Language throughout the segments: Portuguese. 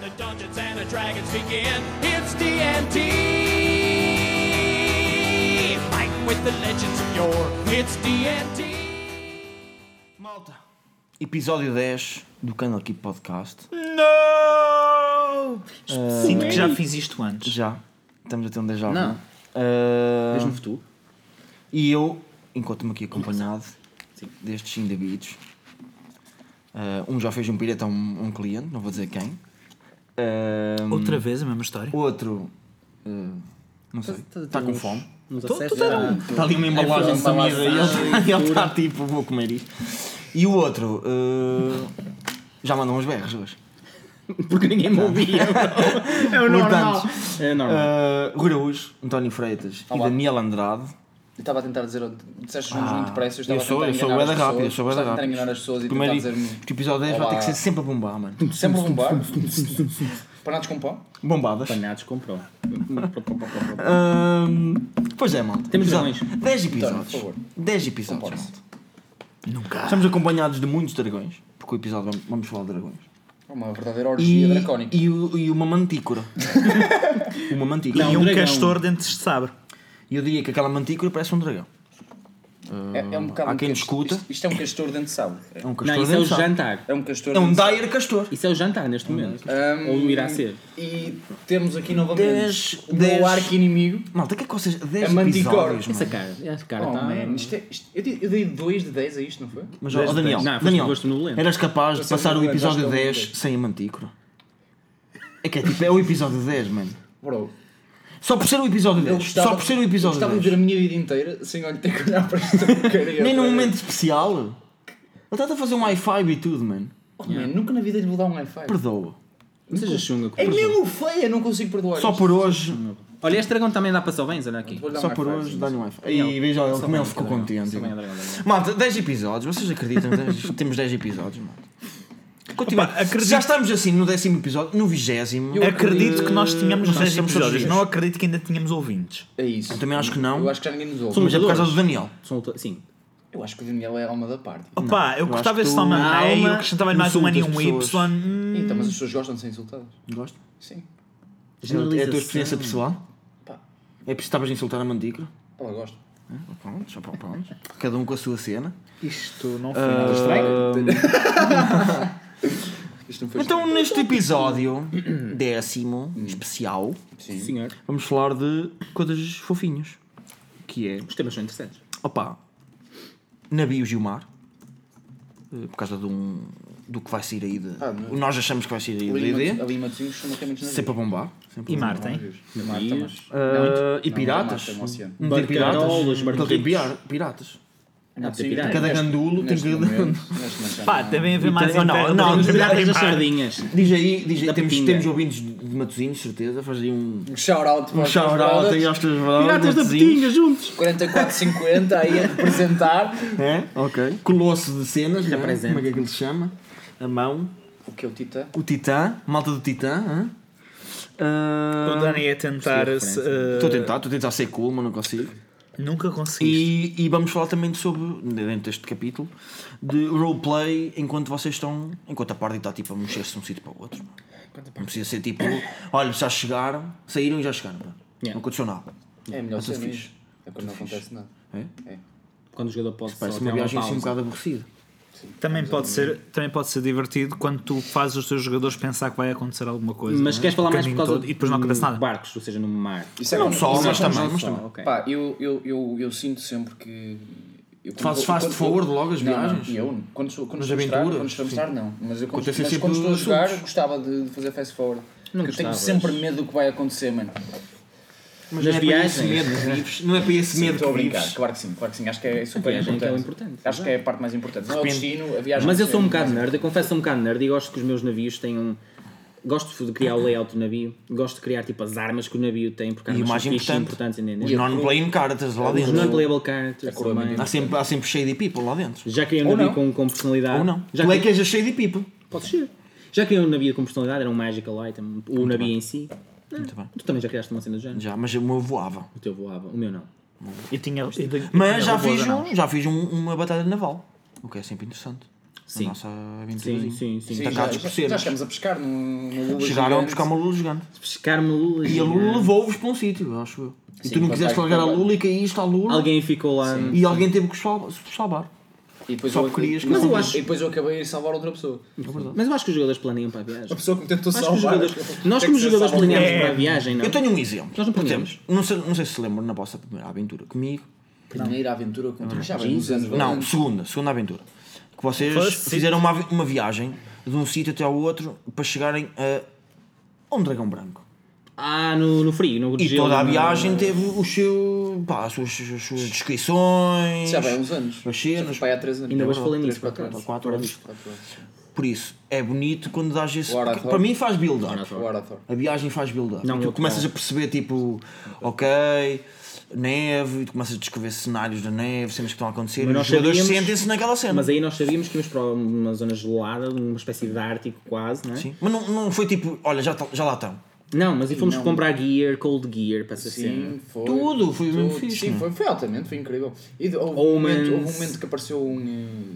the Dungeons and the Dragons begin. It's D&D. Fighting with the legends of yore. It's D&D. Malta. Episódio 10 do Canal Keep Podcast. Não! Sinto que já fiz isto antes. Já. Estamos a ter um 10 já. Não. Mesmo futuro. e eu encontro-me aqui acompanhado Sim. destes indivíduos. Ah, um já fez um pirata a um, um cliente, não vou dizer quem. Ah, Outra vez a mesma história. Outro. ah, não sei. Está com fome. um. Está ali uma embalagem de comida e ele- ele está tipo, vou comer isto. E o outro. ah, já mandou uns berros hoje. Porque ninguém me ouvia. É o normal. É normal. Ah, Rui Araújo, António Freitas Olá. e Daniel Andrade. Eu estava a tentar dizer, "Oh, disseste uns muito depressa, eu Ah, Eu estava sou, a eu tentar sou enganar bué da as rápido, eu pessoas. sou bué da Estava a tentar rápido. enganar as pessoas e Primeiro, tipo, tentar dizer-me o episódio 10 vai ter é Olá. que ser sempre a bombar, mano. sempre um a bombar. Panados com pão. Bombadas. Apanhados com pró. Ahm, pois é, malta. Temos Episódio- dragões. 10 António, por favor. episódios. 10 episódios, Comporte-se. malta. Nunca. Estamos acompanhados de muitos dragões, porque o episódio vamos- vamos falar de dragões. É Uma verdadeira orgia E, dracónica. e, o- e uma mantícora. uma mantícora. Não, E E um um dragão. castor dentro de sabre. eu diria que aquela mantícora parece um dragão. É, é um bocado há um quem cas- discuta. Isto, isto é um castor dentro de sábado. É um castor Não, isso é o dentro, sabe? jantar. É um castor É um dentro de dire castor. Isso é o jantar neste momento. sábado. Ou irá ser. E temos aqui novamente Dez- o dez- meu arco-inimigo. Malta, o que é que vocês. 10 É mantícora. episódios, Essa mano. cara, essa Oh, cara tá- está. man, isto é- isto- eu dei- eu dei 2 de 10 a isto, não foi? Mas Dez ó, de Daniel, dez. Não, foste- Daniel foste benevolente. eras capaz de Foste um passar o benevolente, episódio foste 10 benevolente. sem a mantícora. É que é tipo, é o episódio 10, mano. Bro, Só por ser o episódio eu 10. gostava, Só por ser o eu episódio gostava de 10. ver a minha vida inteira sem olhar ter que olhar para esta porcaria. Nem num Olha, momento especial. Ele está a fazer um high-five e tudo, mano. oh, man, nunca na vida lhe vou dar um wi-fi. Perdoa. Não seja chunga. com É pró. mesmo feia, não consigo perdoar. Só isto. por hoje. Olha, este dragão também dá para bens, olha aqui. Vou-lhe dar um Só por wi-fi, hoje um sim. dá-lhe um high-five. E veja ele como ele ficou contente. Também é dragão. dragão. Malta, 10 episódios. Vocês acreditam? que dez- Temos 10 episódios, malta. Continua. Opa, acredito- Já estamos assim no décimo episódio, no vigésimo. Eu Acredito que nós tínhamos Nós 10 somos episódios. surgidos. Não acredito que ainda tínhamos ouvintes. É isso. Eu também acho que não. Eu acho que já ninguém nos ouve. Somos- Mas é por causa do Daniel. São outra- Sim. Eu acho que o Daniel é a alma da parte. Oh. Opa, eu acho cortava que esse tu- nome na a eu alma, acrescentava-lhe mais um insultas N e um pessoas. Y. hum, Então, mas as pessoas gostam de ser insultadas. Gosto. Sim. É a tua experiência pessoal? Pá. É por isso que estavas a insultar a mandícula? Ela gosta. Ah, Pronto, já pronto, pronto. Cada um com a sua cena. Isto não foi. Ah, Nada estranho. Isto não foi Então, neste episódio décimo, especial, estranho. Hum. Sim. Senhor. vamos falar de coisas fofinhas. Que é, Os temas são interessantes. opá, navios e o mar. eh, Por causa de um, do que vai sair aí. De, Ah, tá não. nós achamos que vai sair aí do Ali em Matosinhos- DD. ali em Matosinhos são muito menos Sempre a bombar. Sempre E a bombar. Marta, hein? Mar também. Navios. Eh, e Não, é piratas. não, não, não, não, Não tem piratas. Barcarolas, Não tem barquitos. piar- piratas. Há de ter Sim, piratas. Cada gandulo tem É, Neste que. momento- neste momento já Pá, não- devem haver mais. Tem- Oh, tem- não, tem- não, tem- não, tem- não. das sardinhas. Diz aí, diz aí Da temos, Pepinga. temos ouvintes de de Matosinhos, certeza. Faz aí um. Um shout-out para Um os shout-out aí brothers. aos teus brothers. Piratas da Matosinhos. Petinga juntos. 44,50 aí a representar. É, ok. Colosso de cenas, não é? Representa. como é que é que ele se chama? A mão. O que é o Tita? O Titã, malta do Titã. hã? O Ah, Dani é tentar. se, eh, Estou a tentar, estou a tentar ser cool, mas não consigo. Nunca conseguiste. E, e vamos falar também sobre, dentro deste capítulo, de roleplay enquanto vocês estão. Enquanto a party está tipo a mexer-se de um sítio para o outro. Não precisa tá. ser tipo, olha, já chegaram, saíram e já chegaram. pronto. Yeah. Não aconteceu nada. É melhor tudo ser fixe. isso. É quando não acontece nada. É? É. Quando o jogador pode só Parece ter uma uma viagem assim um pausa. bocado aborrecida. Também pode, ser, também pode ser divertido quando tu fazes os teus jogadores pensar que vai acontecer alguma coisa. Mas não é? queres falar O mais por caminho causa todo E depois não de acontece nada. barcos, ou seja, no mar. Isso é Não bom. só, Isso é mas bom. também. Não mas só, também. ok. Pá, eu, eu, eu, eu sinto sempre que. Eu, quando Fazes vou- fast quando- forward logo as Não, viagens? Não, e eu, quando, sou- quando Nas estou a mostrar, aventuras? quando estou a mostrar, não. Mas, eu, quando, Acontece mas sempre quando estou a nos jogar, assuntos. gostava de de fazer fast forward. Não Porque eu tenho gostavas. sempre medo do que vai acontecer, mano. Mas Nas não é para esse viagens. medo que vives, não é para esse medo estou a que brincar. vives. Claro que sim, claro que sim. Acho que é super viagem importante. é que é o importante, Acho que é a parte mais importante. Não é o destino, a viagem. Mas eu é sou um o bocado mais nerd, eu confesso que sou um bocado nerd e gosto que os meus navios tenham. um- Gosto de criar o layout do navio, gosto de criar tipo as armas que o navio tem, porque há E o armas mais são fixe e importante, Os importantes, entendeu? non-playing characters lá Os dentro. non-playable é characters coroa também. menina. Há sempre, há sempre shady people lá dentro. Já criei um Ou navio não. com, com personalidade. Ou não. Já tu é criei... que és a shady people. Pode ser. Já criei um navio com personalidade, era um magical item, o navio em si. Muito bem. Tu também já criaste uma cena do género. Já, mas o meu voava. O teu voava, o meu não. Eu tinha. eu tinha- eu tinha Mas já robôs, fiz, não. um, já fiz um- uma batalha naval. O que é sempre interessante. Sim. na nossa aventura. Sim, sim, sim. Sim. Atacados já, por cervos. já chegamos a pescar no, no Lula Chegaram a gigante. buscar uma lula gigante. Pescar-me Lula. E a gigante. lula levou-vos para um sítio, eu acho eu. E Sim, tu não para quiseste baixo, largar a para lula e caíste à lula. Alguém ficou lá. E alguém teve que sal- salvar. E depois Só eu, querias um que mas não- eu acho. E depois eu acabei de salvar outra pessoa. é Mas eu acho que os jogadores planeiam para a viagem. A pessoa que me tentou Acho que os salvar. jogadores... Nós, como jogadores, planeamos é. para a viagem, não? Eu tenho um exemplo. Nós não Por podemos. exemplo, Não sei, não sei se se lembram na vossa primeira aventura comigo. Primeira aventura contigo. Já vem uns anos. Não, segunda, segunda aventura. Que vocês fizeram uma, vi- uma viagem de um sítio até ao outro para chegarem a um dragão branco. Ah, no, no frio, no E gelo, é? toda a no- viagem teve o seu, pá, as, suas, as suas descrições. Já vai uns anos. As Já cenas. foi para aí há 3 anos. Ainda hoje falei Três, nisso, quatro por acaso. anos. Quatro anos. Quatro anos. Por isso, é bonito quando dás esse. Ora, porque Thor. Para mim faz build-up. O Arathor. A viagem faz build-up. Não, Tu outro começas não. a perceber, tipo, ok, neve, e tu começas a descrever cenários da neve, cenas que estão a acontecer, Mas e nós os jogadores sabíamos- sentem-se naquela cena. Mas aí nós sabíamos que íamos para uma zona gelada, uma espécie de ártico quase, não é? Sim. Mas não, não foi tipo, olha, já, tá- já lá estão. Não, mas e fomos comprar gear, cold gear para essa Sim, cena. foi. Tudo, foi mesmo Tudo. fixe, Sim, não é? foi, foi altamente, foi incrível. E de- houve, um momento, houve um Omens. momento que apareceu um.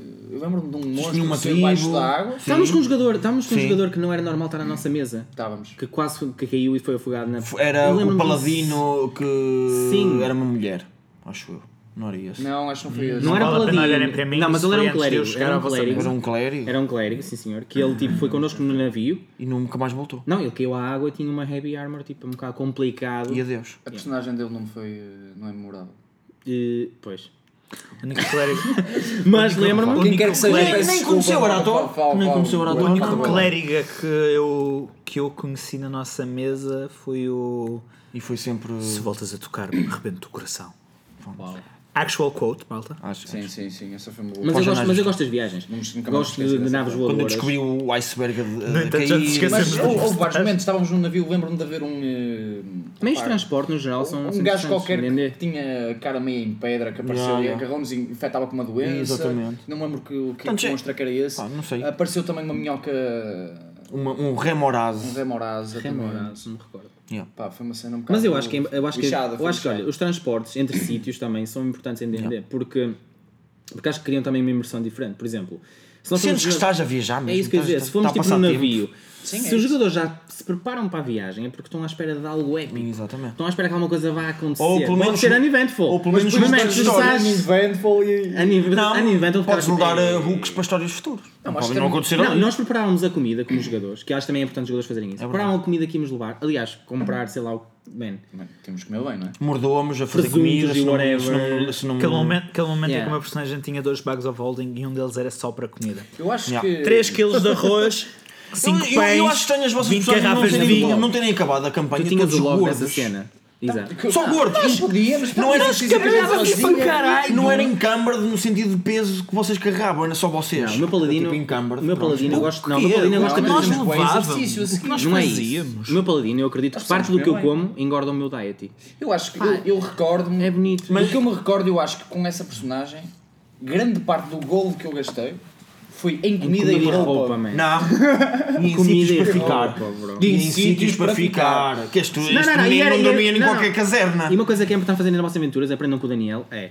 eh, Eu lembro-me de um monstro uma que saiu debaixo tribo. da água. Estávamos com um jogador, estávamos com um Sim. jogador que não era normal estar Hum. na nossa mesa. Estávamos. Que quase que caiu e foi afogado na. Era Eu o lembro-me um paladino que Sim. era uma mulher, acho eu. Não era esse. Não, acho que não foi esse. Não era vale a pena olharem paladino. para mim, Não, mas isso ele era foi um antes de eu clérigo. chegar Era à um vossa clérigo. Era um clérigo Era um clérigo, sim senhor. Que ele tipo, foi connosco no navio. e nunca mais voltou. Não, ele caiu à água e tinha uma heavy armor tipo um bocado complicado. E adeus. A personagem dele não foi. eh, não é memorável. E, pois. O único clérigo, Mas lembro-me. Quem quer que seja. Nem- peço nem desculpa, conheceu o Paulo, Arathor. Paulo, Paulo, Nem Paulo. conheceu o Arathor. o único Arathor. clérigo que eu, que eu conheci na nossa mesa foi o. E foi sempre. Se voltas a tocar, me arrebento o coração. Actual quote, malta. Acho, Sim, sim, sim, essa foi uma boa. Mas eu, Pós-jornais gosto, mas justiça. eu gosto das viagens. Vamos- nunca mais Gosto de, esquecer de dessa naves parte. Quando eu voadoras. descobri o iceberg eh, a, a entanto, já te cair. esqueces. Mas Sempre nos houve houve vários detalhes. momentos, estávamos num navio, lembro-me de haver um. eh, Meios de pá, transporte no geral são. Um são gajo interessantes, qualquer entender? que tinha a cara meio em pedra que apareceu Yeah, e yeah. agarrou-nos e infectava com uma doença. Exatamente. Não me lembro que, o que, Portanto, que é- monstro é que era esse. Pá, não sei. Apareceu também uma minhoca. Uma, um remoraz. Um remoraz. Remorar, se não me recordo. Yeah. Pá, foi uma cena um bocado. Mas eu acho que, é, eu acho que, lixada, eu acho que foi olha, os transportes entre sítios também são importantes a entender porque, porque acho que criam também uma imersão diferente. Por exemplo, se nós Sentes que formos- estás a viajar mesmo. É isso que eu ia estás- dizer, se formos está a tipo num passar tempo. navio, Sim, se é os isso. jogadores já se preparam para a viagem é porque estão à espera de algo épico. Exatamente. Estão à espera que alguma coisa vá acontecer. Ou pelo Pode menos- ser uneventful. ou pelo menos Mas, uma mas, tu história. sabes- Eventful e. unive- uneventful Não, ficar podes tipo, mudar "Ei". uh, hooks para histórias futuras. Não, acho podem que não era- acontecer Não, ali. nós preparávamos a comida como jogadores, que acho também é importante os jogadores fazerem isso. Preparávamos a comida que íamos levar. Aliás, comprar, sei lá, o. Man, Bem, Temos que comer bem, não é? Mordomos a fazer Presuntos comida, e se não- whatever. se não- se não- Aquele momento, aquele momento em Yeah. que o meu personagem tinha dois bags of holding e um deles era só para comida. Eu acho Yeah. que. 3 kg de arroz, 5 eu, eu, eu acho estranho pães, as vossas 20 pessoas não garrafas de terem, vinho. não terem acabado a campanha tu tinhas todos o logo gordos. dessa cena. Exato. Só Ah, gordos. Nós podíamos, Não pá, era mas que isso é coisa carregava sozinha. Não era encumbered no sentido de peso que vocês carregavam, era só vocês. Não, o meu paladino- Tipo encumbered. o meu Pronto. paladino O gosta- que não, o meu é? paladino gosta O que de nós fazer um bom levávamos, exercício a o que seguir. nós Não é fazíamos. isso. O meu paladino, eu acredito que parte do que eu como engorda o meu diet. Eu acho que eu, eu recordo-me. É bonito. Mas o que eu me recordo, eu acho que com essa personagem, grande parte do golo que eu gastei foi em comida, e roupa. man. Não. E em Comida sítios e para ficar. roupa, bro. E em sítios para ficar. Que este este não, não, e menino era- não dormia era- em não, qualquer não. caserna. E uma coisa que é importante fazer nas vossas aventuras, aprendam com o Daniel, é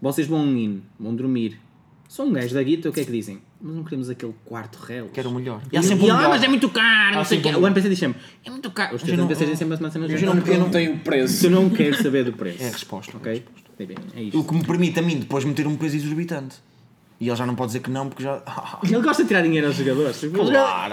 vocês vão in, vão dormir. Só um gajo da guita, o que é que dizem? Mas não queremos aquele quarto reles. Quero o melhor. E, e, ah, mas é muito caro, não Há sei o sempre quê. um O NPC diz sempre, é muito caro. Os teus não- NPCs dizem sempre uma semana Eu não, eu não tenho Se preço. eu não quero saber do preço. É a resposta. Ok? É bem, É O isto. que me permite a mim depois meter um peso exorbitante. E ele já não pode dizer que não, porque já. Ele gosta de tirar dinheiro aos jogadores.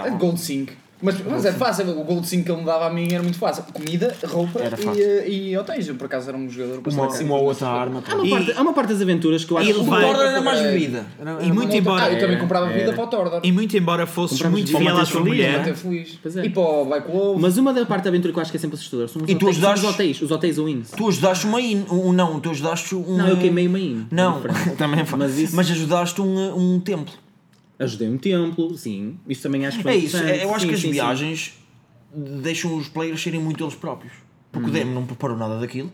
É Gold Sync. Mas, mas é fácil, o Gold Sync que ele me dava a mim era muito fácil. Comida, roupa Era e, fácil. eh, e hotéis. Eu por acaso era um jogador Uma, assim, bastante- uma outra arma. Há uma, parte, há uma parte das aventuras que eu acho ele que Ah, O vai- Mordor era mais bebida. Era- era E muito embora- Ah, eu também Era, comprava vida era. para o Tordor. E muito embora fosses Compramos muito bom fiel à material tua de família, mulher, não Até feliz. Pois é. E para o Black Wolf. Mas uma da parte da aventura que eu acho que é sempre assustadora são os E tu hotéis. são ajudaste- os hotéis, os hotéis ou ins. Tu ajudaste uma in, um, não, tu ajudaste um. Não, eu queimei uma in. Não, É diferente. também faz. Mas Mas, isso- ajudaste um, um templo. Ajudei um templo, sim. Isso também acho que foi É isso, importante. é- eu acho Sim, que as sim, sim. viagens deixam os players serem muito eles próprios. Porque o Demo não preparou nada daquilo.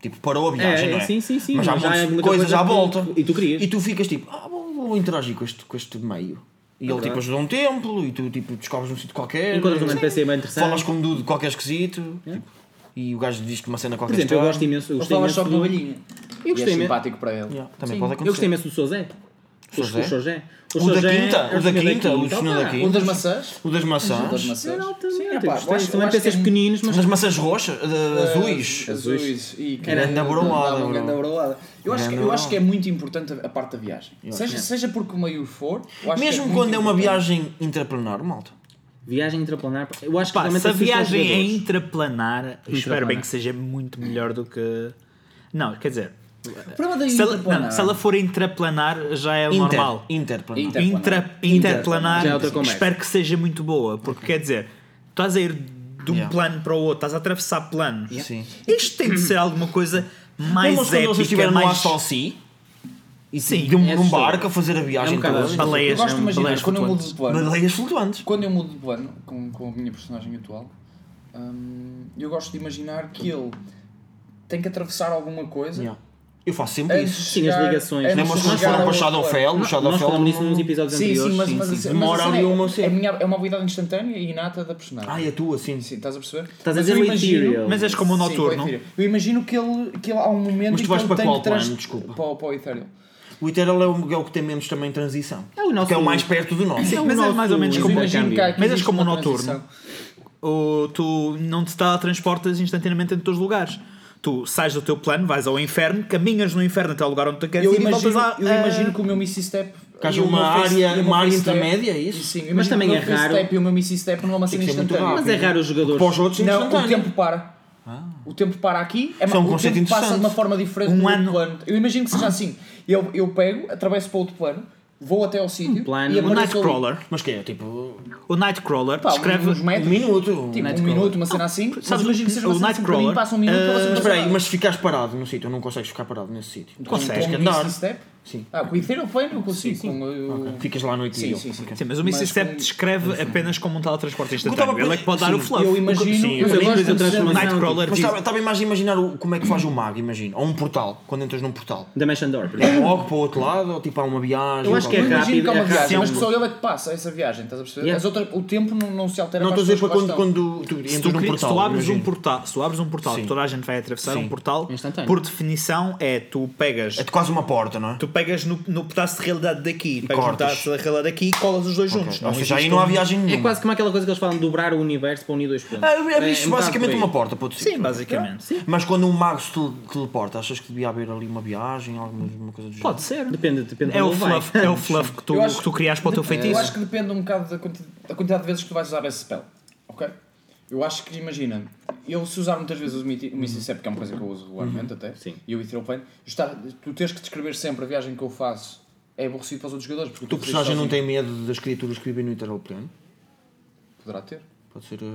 Tipo, parou a viagem, É, não é? sim, sim, sim, Mas há mas já muitas é muita coisas coisa à que- volta. e tu querias. E tu ficas tipo, ah, vou, vou interagir com este, com este meio. E ele tipo ajuda um templo e tu tipo descobres um sítio qualquer. É Encontras um Sim. NPC bem interessante. É. Falas com um dude qualquer esquisito. tipo, e o gajo diz-te uma cena qualquer Por exemplo, eu estranha. gosto imenso. Eu Ele gostei falava imenso só com uma do... velhinha. Eu E é gostei imenso. simpático para ele. Yeah, também pode Eu acontecer. gostei imenso do Sozé. é O Jorge? Jorge. O da Jorge quinta? é O da quinta? O opá. senhor da quinta? O das maçãs? O das maçãs. O das Sim, maçãs. altamente. Epá, Isto eu é- acho- São eu acho NPCs que é- pequeninos, mas Mas maçãs roxas, eh, azuis. Azuis. E que Era da broada, dava uma bro. grande broada. Eu acho, que, Grande eu acho broada. que é muito importante a parte da viagem. Seja, sim. seja por que meio for. eu acho que Mesmo muito quando é uma importante. viagem intraplanar, malta. Viagem intraplanar. Eu acho assim que Pá, realmente se a assusta os viagem é jogadores. intraplanar, eu espero Intraplanar. bem que seja muito melhor do que. Não, quer dizer, O problema da se ela, não, interplanar- se ela for intraplanar já é o Inter, normal. Interplanar. Inter- Intra, Interplanar. interplanar, Já é outra conversa. espero que seja muito boa, porque quer dizer, estás a ir de um Yeah. plano para o outro, estás a atravessar planos. Sim. Isto tem de ser alguma coisa mais Lembram-se quando vocês épica, estiveram lá mais só si? e sim, É um, Num assustador. barco a fazer a É viagem um bocado toda. assustador. Eu baleias, gosto de não, imaginar baleias quando eu mudo flutuantes. de plano. Baleias flutuantes. Quando eu mudo de plano com, com a minha personagem atual, hum, eu gosto de imaginar que ele tem que atravessar alguma coisa. Yeah. Eu faço sempre antes isso. de Sim, as chegar- ligações. antes de Lembram-se quando chegar foram ao para outro plano. Shadowfell? No Nós falámos nisso nos Shadowfell. episódios Sim, anteriores. sim, mas, sim, mas, sim. assim, Demora mas assim, ali é- uma cena. é, minha- é uma habilidade instantânea e inata da personagem. Ah, é a tua, sim. Sim, estás a perceber? Estás a Mas dizer eu o imagino- Ethereal. Mas és como o Sim, noturno. para o Ethereal. Eu imagino que ele, que ele há um momento Mas tu em que vais ele para tem qual que trans- plano? Desculpa. Para, o- para o Ethereal. O Ethereal é o, é o que tem menos também transição. É o nosso- Que é o mais perto do nosso. Mas é nosso mais ou menos Mas eu como intercâmbio. imagino que há aqui Mas és existe como uma o noturno. transição. ou tu não te teletransportas instantaneamente entre os lugares. Tu sais do teu plano, vais ao inferno, caminhas no inferno até ao lugar onde tu queres Eu ir e imagino, voltas à- eh, eu a- imagino que o meu Missy Step. Que haja e o uma meu face- área- e o meu uma área face step- intermédia, é isso? Sim, Mas imagino também que o é meu face raro. step e o meu Missy Step não é uma cena que ser muito instantânea. rápido. Mas é raro os jogadores. Para os outros é Não, o instantâneo. Ah. tempo para. O tempo para aqui, é Isso é um ma- o conceito tempo passa de interessante. uma forma diferente Um no outro ano. plano. Eu imagino que seja assim. Eu, eu pego, atravesso para outro plano, vou até ao sítio plano, e um o apareço ali. Nightcrawler. Mas que é, tipo, O Nightcrawler Pá, descreve. uns um metros. minuto. Tipo, um Nightcrawler. minuto, uma cena assim. sabes Mas imagino que seja o uma cena assim, para mim Nightcrawler, passa um minuto, para você não Mas passa Ah, espera aí, nada. mas se ficares parado no sítio, não consegues ficar parado nesse sítio. é Consegues Com o andar. Missy Step? Sim. Ah, com o Ethereal Plane eu consigo. com o- Ficas lá à noite Sim, e eu. sim, sim. Sim, mas o Missy Mas eh, Step com- descreve apenas como um teletransporte Eu instantâneo. tava- Ele é que pode dar Sim. o fluff. Eu imagino. Sim, eu mas gosto depois eu de transformo- O ser- Nightcrawler Mas diz. estava a imaginar o- como é que faz o mago, imagina. Ou um portal, quando entras num portal. tipo, Da Meshandor, por É exemplo. logo para o outro lado, ou tipo há uma viagem. Eu acho que é Eu rápido, imagino que há é uma viagem, mas que rápido. só ele é que passa essa viagem, estás a perceber? Yeah. As outras, o tempo não, não se altera Não estou a para as dizer para pessoas quando, que lá estão. quando tu Se entras tu, num cri- se tu portal. abres um imagina. portal, se tu abres um portal Sim. que toda a gente vai atravessar Sim. um portal, Instantâneo. por definição é tu pegas, É quase uma porta, não é? tu pegas no, no pedaço de realidade daqui, pegas no cortas. pedaço da realidade daqui e colas os dois juntos. Ok. Ou seja, aí existe não há um- viagem nenhuma. É quase como aquela coisa que eles falam de dobrar o universo para unir dois pontos. É, É Abriste um bocado basicamente por aí. uma porta para outro sítio. Sim, basicamente. Mas quando um mago se tele- teleporta, achas que devia haver ali uma viagem, alguma alguma coisa do género? Pode ser. Depende, depende É de o onde ele vai. fluff, é o fluff que, tu, Eu acho- que tu crias para o teu feitiço. Eu acho que depende um bocado da quanti- da quantidade de vezes que tu vais usar esse spell, ok? Eu acho que, imagina, eu se usar muitas vezes o Miti- o Mississippi, que é uma coisa que eu uso regularmente até, Sim. e o Ethereal Plane, está- tu tens que descrever sempre a viagem que eu faço é aborrecido para os outros jogadores. Porque O teu tu personagem não sozinho. tem medo das criaturas que vivem no interior do plano? Poderá ter. Pode ser. eh,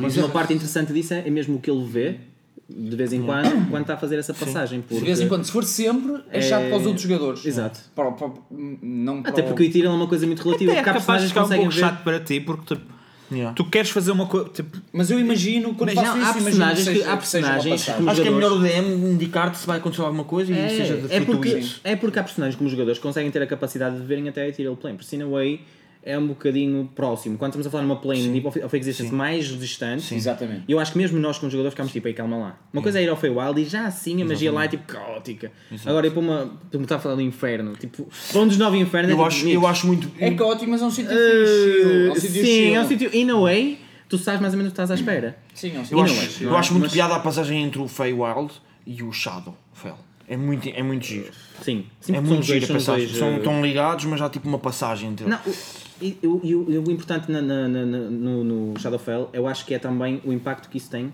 Mas Oh, uma parte interessante disso é é mesmo o que ele vê, de vez em quando, quando está a fazer essa passagem. De porque- vez em quando, se for sempre, é chato para os outros jogadores. Exato. Para, para, não para Até porque o Itiran é uma coisa muito relativa. é porque há capaz de personagens que ficar um conseguem pouco ver. chato para ti porque tipo, Yeah. tu queres fazer uma coisa. Tipo, Mas eu imagino, quando Mas faço não, isso, há imagino personagens que, que- seja, há que seja uma personagens passagem. que- Acho que é melhor jogadores. o DM indicar-te se vai acontecer alguma coisa e seja de É, é, porque, fortuito. é porque há personagens como jogadores que conseguem ter a capacidade de verem até a Ethereal Plane. Por Sinaway é um bocadinho próximo. Quando estamos a falar numa plane tipo of Fake Existence mais distante, Exatamente. eu acho que mesmo nós como jogadores ficámos tipo, aí calma lá. Uma coisa é ir ao Feywild e já assim a magia lá é tipo caótica. Agora ir para uma. Tu me estás a falar do inferno. Tipo, para um dos nove infernos é Eu tipo, acho, "Nick, eu acho muito. É caótico, mas é um sítio chill. É eh, um sítio Sim, chill. é um sítio. In a way, tu sabes mais ou menos o que estás à espera. Sim, é um Eu sítio não acho, é, chill. eu acho muito piada a passagem entre o Feywild e o Shadowfell. É muito, é muito giro. Sim, sim É porque muito Tipo, são dois- giro a são passagem. dois, São eh, tão ligados, mas há tipo uma passagem entre Não, o, e, o, e o- e o importante na- na- na- na- no, no Shadowfell, eu acho que é também o impacto que isso tem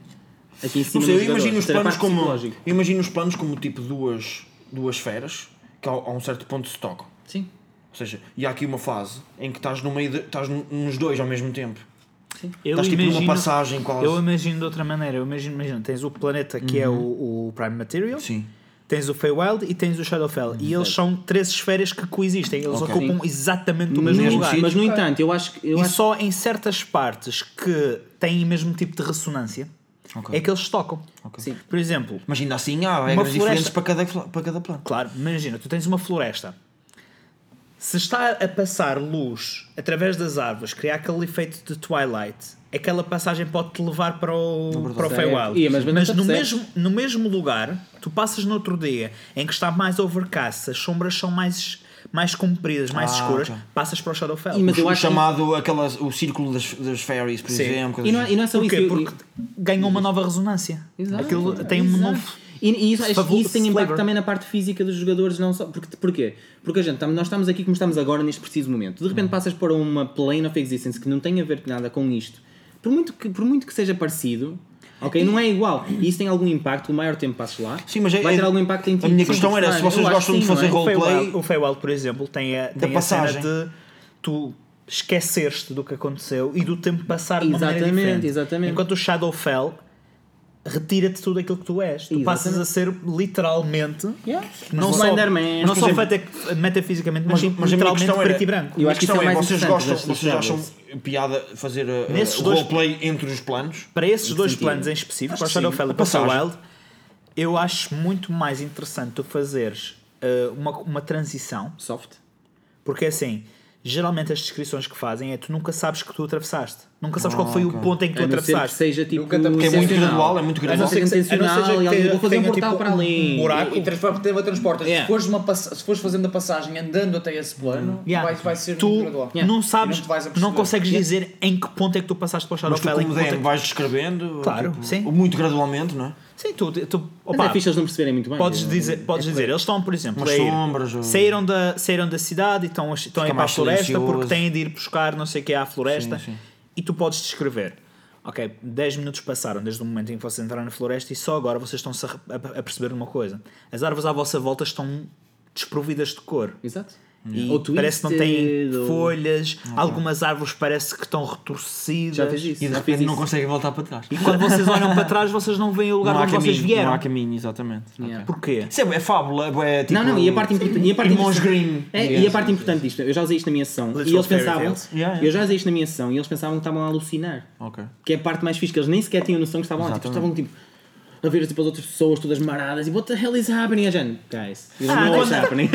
aqui em Não cima sei, do eu imagino jogador, os ter a planos parte como. um. psicológica. Eu imagino os planos como tipo duas, duas feras que ao- a um certo ponto se tocam. Sim. Ou seja, e há aqui uma fase em que estás no meio de, estás no- nos dois ao mesmo tempo. eu Estás tipo numa imagino- passagem quase. Eu imagino de outra maneira. Eu imagino, imagino tens o planeta que é o, o Prime Material, Sim. tens o Feywild e tens o Shadowfell. E eles são três esferas que coexistem. Eles ocupam exatamente o mesmo assim, Mas, lugar. mas no entanto, eu acho que. Eu e acho, só em certas partes que têm o mesmo tipo de ressonância Ok. é que eles tocam. Sim. Por exemplo, Mas ainda assim há regras floresta- diferentes para cada, fla- para cada plano. Claro, imagina, tu tens uma floresta. Se está a passar luz através das árvores, criar aquele efeito de Twilight, aquela passagem pode te levar para o, para o Certo. Feywild. E, mas- mas não te no, percebes. mesmo, no mesmo lugar, tu passas no outro dia em que está mais overcast, as sombras são mais mais compridas, mais Ah, escuras, ok. passas para o Shadowfell. E mas Mas eu o acho que- chamado, aquela, o círculo das, das fairies, por Sim. exemplo. assim. E não, é- e não é só Porquê? isso. Porque ganham uma nova resonância. Exato, Aquilo tem um exato. novo. E, e isso, acho que Flavor- isso tem impacto flavor. também na parte física dos jogadores, não só. Porque, porquê? Porque a gente, tam- nós estamos aqui como estamos agora neste preciso momento. De repente passas para uma plane of existence que não tem a ver nada com isto. Por muito que, por muito que seja parecido, ok? Não é igual. E isso tem algum impacto, o maior tempo que passas lá. Sim, mas é- vai ter é- algum impacto em ti. a minha sim, questão era se personagem. vocês Eu acho gostam que de sim, fazer não é? O Roleplay- Feywild, o Feywild, por exemplo, tem a, tem a passagem. cena de tu esqueceste do que aconteceu e do tempo passar de uma maneira Exatamente, diferente. exatamente. Enquanto o Shadowfell retira-te tudo aquilo que tu és. Tu Exatamente. passas a ser literalmente Yeah. não Mas só, Slenderman. é não Mas, só por meta- metafisicamente, mas, Mas, sim mas a minha literalmente questão preto era, e branco. Eu a acho que isso questão é é, mais vocês interessante gostam, destas vocês acham histórias. piada fazer uh, Nesses uh, dois- roleplay entre os planos? Para esses dois sentido? planos em específico, para o que sim. Shadowfell e A para o passagem. Wild, eu acho muito mais interessante tu fazeres eh, uma, uma transição, Soft. porque assim, geralmente as descrições que fazem é tu nunca sabes que tu atravessaste, nunca sabes Ah, qual foi o ponto em que É, A tu não ser que atravessaste. seja tipo. Nunca te apetece. Porque é muito intencional. gradual, é muito A gradual. não ser que- a não ser que Intencional, e alguém, tenha- vou fazer um tenha, portal para ali. Um buraco. E, e transporte tem outras portas. Yeah. Se, fores uma passa- se fores fazendo a passagem andando até esse plano, Yeah. vai, vai ser um tu muito gradual. não E sabes, não te vais não, aperceber. consegues dizer em que ponto é que tu passaste para o Mas tu, Shadowfell. em como que ponto é DM, que- vais descrevendo. tipo, Claro, sim. Muito gradualmente, não é? Sim, tu, tu Mas opa, é fixe eles não perceberem muito bem. É. Podes Eu- dizer, podes dizer eles estão, por exemplo, É Umas a ir- sombras, ou- saíram, da, saíram da cidade e estão, a- estão a ir para a mais floresta porque silencioso. têm de ir buscar não sei o que à floresta Sim, sim. e tu podes descrever. Ok, 10 minutos passaram desde o momento em que vocês entraram na floresta e só agora vocês estão-se a, re- a- a perceber de uma coisa. As árvores à vossa volta estão desprovidas de cor. Exato. Hum. E Ou parece que não têm twisted, ou- folhas, algumas árvores parece que estão retorcidas. Já fez isso. E de já fiz repente não isso. conseguem voltar para trás. E quando vocês olham para trás, vocês não veem o lugar Não há onde vocês caminho, vieram. não há caminho, exatamente. Yeah. Porquê? Isso é, é fábula, é tipo. não, não, e a parte importante. E a parte Irmãos importante- Grimm. É, e a Yes, parte yes, importante disto, eu já usei isto na minha sessão Little e eles fairy pensavam. tales. Yeah, yeah. Eu já usei isto na minha sessão e eles pensavam que estavam a alucinar. Ok. Que é a parte mais fixe, que eles nem sequer tinham noção que estavam lá. Tipo, estavam Exatamente. tipo. A ver tipo, as outras pessoas todas maradas e what the hell is happening? A gente, guys, you don't Ah, know what's quando- happening.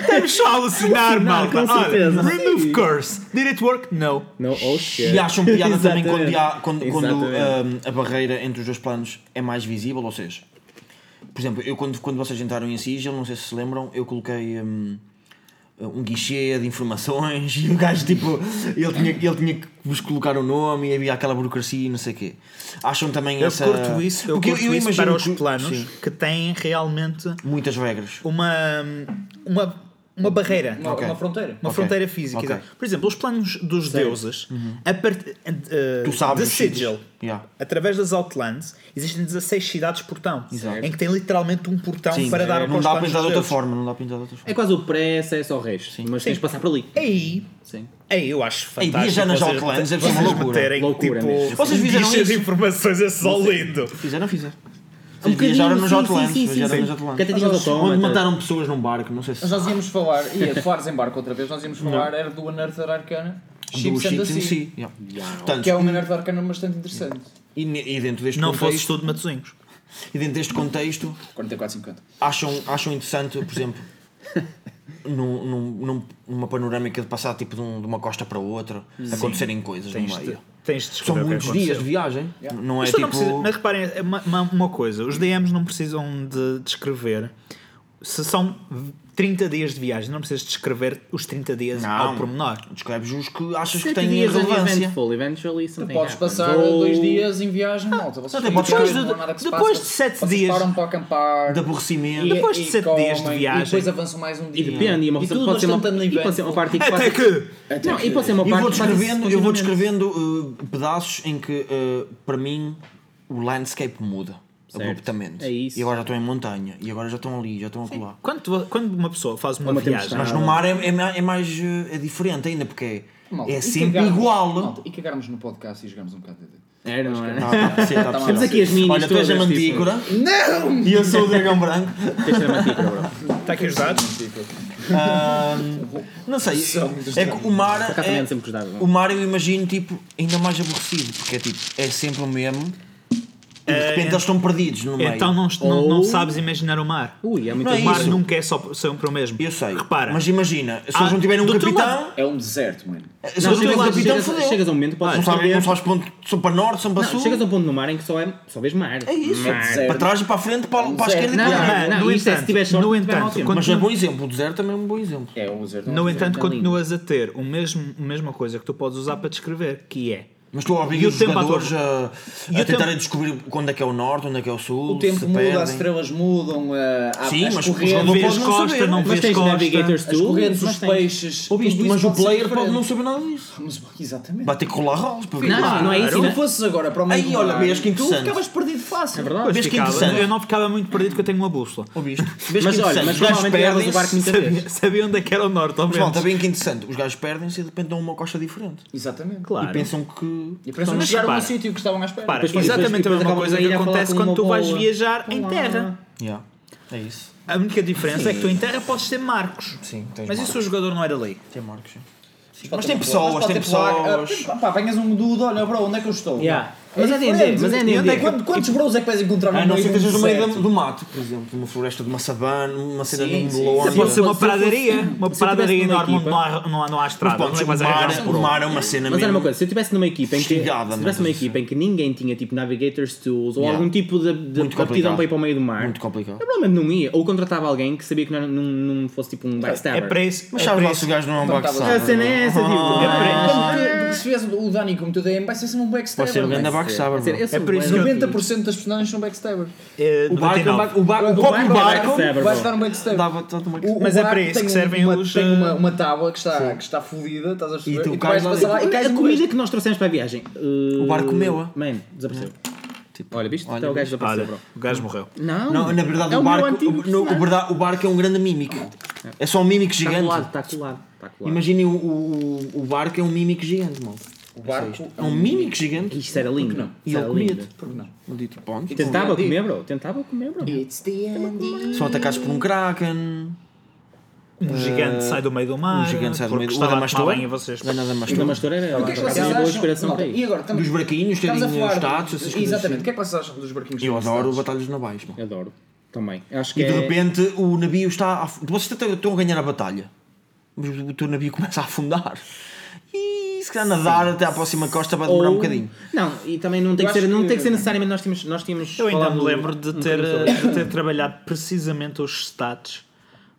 Estamos só a alucinar, malta. com Olha, certeza. remove curse. Did it work? No. no, oh shit. E acham piada também quando, há- quando, Exatamente. quando hum, a barreira entre os dois planos é mais visível, ou seja, por exemplo, eu quando, quando vocês entraram em Sigil, não sei se se lembram, eu coloquei hum, um guichê de informações e o gajo tipo, ele tinha, ele tinha que vos colocar o nome e havia aquela burocracia e não sei o quê. Acham também Eu essa... curto isso, eu Porque curto isso para imagino os que- planos sim, que têm realmente muitas regras. uma, uma, uma barreira. Uma, Ok. uma fronteira. Uma Ok. fronteira física. Ok. Uhum. exato. Por exemplo, os planos dos deuses, a part- eh, Tu sabes de os sítios. Sigil, Yeah. através das Outlands, existem 16 cidades portão, Exato. em que tem literalmente um portão Sim, é, eh, para dar não aos dá para planos pintar de dos outra deuses. forma, não dá para pintar de outra forma. É quase o pré-acesso ao resto, mas tens de passar por ali. É um Aí, Sim. aí eu acho Aí, fantástico. viajar nas vocês- Outlands deve ser uma vocês loucura. meterem, Loucura tipo, mesmo. Vocês fizeram bichas de isso? informações, esse ao lindo. Fizeram, fizeram. Um Vocês bocadinho, viajaram nos sim, Outlands, sim, sim, viajaram sim. nos Outlands. Catadinhas Mas eles- Onde autómatas. mataram pessoas num barco, não sei se. Mas nós íamos falar, ia falar em barco outra vez, nós íamos falar, era do Unearthed Arcana, Chips and the chips em Sea, si. Yeah. Portanto, assim. que é um Unearthed Arcana bastante interessante. e, ne- e dentro deste Não fosse contexto, tudo matozinhos. e dentro deste contexto 44,50. acham, acham interessante, por exemplo, num, num- num- numa panorâmica de passar tipo de, um- de uma costa para outra, acontecerem coisas Tens no de, meio. tens de São descobrir o que muitos aconteceu. dias de viagem, não é Isto tipo. não precisa- é. mas reparem, é uma, uma- uma coisa: os DMs não precisam de descrever. Se são 30 dias de viagem, não precisas descrever os 30 dias Não. ao pormenor. Descreves os que achas que Sete têm dias and relevância. eventful, eventually something Podes happens. passar Ou- dois dias em viagem, malta. Vocês até ficam podes- em casa, Ah, então, depois de- não há nada que se depois passe, de sete vocês dias- param para acampar. De aborrecimento. e- é depois de e sete comem, dias de viagem. E depois avançam mais um dia. E depende, e uma pessoa tudo pode ser uma, bastante e pode ser uma uneventful. parte que Até faz- que. Não, e pode ser uma Eu parte vou que faz isso descrevendo, eu vou continuamente. descrevendo uh, pedaços em que, uh, para mim, o landscape muda Certo. abruptamente. É isso. E agora já estão em montanha, e agora já estão ali, já estão acolá. Quando, tu- quando uma pessoa faz uma, Uma viagem, tempestade. Mas no mar é, é, ma- é mais. uh, é diferente ainda, porque é, Malta, é e sempre cagarmos- igual. malta, E cagarmos no podcast e jogarmos um bocado de Era, não Tá, era? tá a aparecer, tá a Estamos Temos aparecer. aqui as minis Olha, tu és a todas, tipo- mantícora. Não! E eu sou o dragão branco. Este era mantícora, bro. está Tá aqui os dados. Ah, não sei. É que o mar. um Por acaso é- também ando sempre com os dados, não? o mar eu imagino, tipo, ainda mais aborrecido, porque é tipo, é sempre o mesmo. E de repente eles estão perdidos É no meio. Então não, não, não Ou- sabes imaginar o mar. Ui, é muito Não o mar isso. nunca é só sempre o mesmo. Eu sei. Repara. Mas imagina, se Ah, eles não tiverem um do outro capitão, É um deserto, mano. se Não, eles não chegas, tiverem um a- capitão, chegas, a- chegas fodeu. a um momento que podes Não saber- sabes, não sabes para onde são para norte, são para Não, sul. chegas a um ponto no mar em que só, é, só vês mar. É isso. Mar. É Para trás e para a frente, para, para a esquerda e Não, para a não, Mas, não, no isto é se entanto, tiver sorte, no tiver mau entanto, tempo. quando- Mas é bom exemplo, o deserto também é um bom exemplo. É um deserto. No entanto, Está lindo. continuas a ter o mesmo, a mesma coisa que tu podes usar para descrever, que é Mas tu E o obrigas os tempo à tua- jogadores a, E a o tempo- tentarem descobrir quando é que é o norte, onde é que é o sul, o tempo se muda, as perdem. estrelas mudam, eh, há Sim, as mas o correntes, jogador vês pode não costa, saber. não Mas vês tens costa. Navigators as Tools, correntes, mas os tens- peixes. Ouviste, tudo isso mas o pode ser player pode diferente. não saber nada disso. Mas- Exatamente. Vai ter que rolar rolos para ver. Não, Não, não é isso, Se não. tu fosses agora para o meio Ai, do né? olha, mar, vês que tu interessante. ficavas perdido fácil. É verdade. Pois Vês que ficava. interessante. eu não ficava muito perdido porque eu tenho uma bússola. Ouviste? Mas olha, mas normalmente levas o barco muitas vezes. Sabia, sabia onde é que era o norte, ao Mas malta, menos. bem que é interessante. Os gajos perdem-se e de repente dão uma costa diferente. Exatamente. Claro. E pensam que. E parece que Mas chegaram a um repara. sítio que estavam à espera. Repara, depois- exatamente depois a mesma acabam coisa por ir que a falar acontece com uma quando tu vais boa- viajar em Olá. terra. Yeah. É isso. A única diferença é que tu em terra podes ter marcos. Sim, tens Mas e se o jogador não era ali? Tem marcos. sim. Pode Mas ter tem pessoa, pessoas, pode tem ter pessoa. pessoas. Ah, Pá, apanhas um dude, olha, bro, onde é que eu estou? Yeah. Mas é diferente. D&D, mas é E onde D&D. quant- Quantos bros é que vais encontrar A não ser que do estejas no meio deserto? da- do mato, por exemplo, numa floresta, de uma sabana, numa cena Sim, de sim. um longe. Se Pode eu ser uma fosse- se eu pradaria, fosse- uma se eu tivesse pradaria numa enorme onde equipa- não há, não há, não há estrada. Pode ser não é? Vais o mar- arranjar um o mar é uma cena Mas era uma mesmo. coisa, se eu estivesse numa equipa em que, se Estigada, eu mas tivesse numa assim. equipa em que ninguém tinha tipo navigators tools ou Yeah. algum tipo de, de Muito aptidão complicado. para ir para o meio do mar, É Muito complicado. eu provavelmente não ia. Ou contratava alguém que sabia que não, não, não fosse tipo um É backstabber. para isso. Mas é sabes para lá se isso. o gajo não é um Então, backstabber. a cena é essa, tipo. É para isso. Quando tu- porque Se vês o Dani como teu DM, vai ser sempre um Pode ser backstabber. um grande vai ser. Quer backstabber. dizer, bro. eu sou É por isso que eu- bué do- 90% das personagens são backstabber. Eh, O barco, é o 99. barco- o barco, o O próprio barco é barco backstabber, Vai bro. dar um backstabber. dava toda uma O- o Mas é para barco isso tem que servem uma, os, Tem eh, uma, uma tábua que está, que está fodida, estás a perceber? tu E tu, cais vais lá passar lá e cais um a no É comida meio. que nós trouxemos para a viagem. Eh, O barco comeu-a. Man, desapareceu. Tipo, Olha, viste? olha, Até o gajo desapareceu, Olha, bro. o gajo morreu. Não, Não, na verdade é o meu barco, antigo o- não, o, personagem. verdade, o barco é um grande mímico. É só um mímico Está gigante. colado, está colado. Está colado. Imaginem o, o, o barco é um mímico gigante, mal. O barco É um mímico gigante. Isto era lindo. não? Isto E era ele lindo. comia-te. Porque não? Eu digo, tipo, pronto. Tentava comer, bro. Tentava comer, bro. São atacados por um kraken. Um gigante sai do meio do mar. Um gigante sai do porque meio do estava mar. a tomar banho e vocês. Não é nada mais Não, tu. mas tu era O que é que vocês uma boa acham? inspiração para Malta, E isso. agora, estamos- Dos barquinhos estamos a terem falar- status, essas coisas Exatamente. assim. O que é que vocês acham dos barquinhos? Eu terem adoro status? batalhas navais, mano. Adoro. Também. Acho que E de é- repente o navio está. A... Vocês até estão a ganhar a batalha, mas o teu navio começa a afundar. E se calhar nadar até à próxima costa vai demorar Ou- um bocadinho. Não, e também não tem que acho ser, não que- tem que ser necessariamente nós tínhamos, nós tínhamos Eu ainda falado me do- lembro de um ter, bocadinho sobre isso. de ter trabalhado precisamente os stats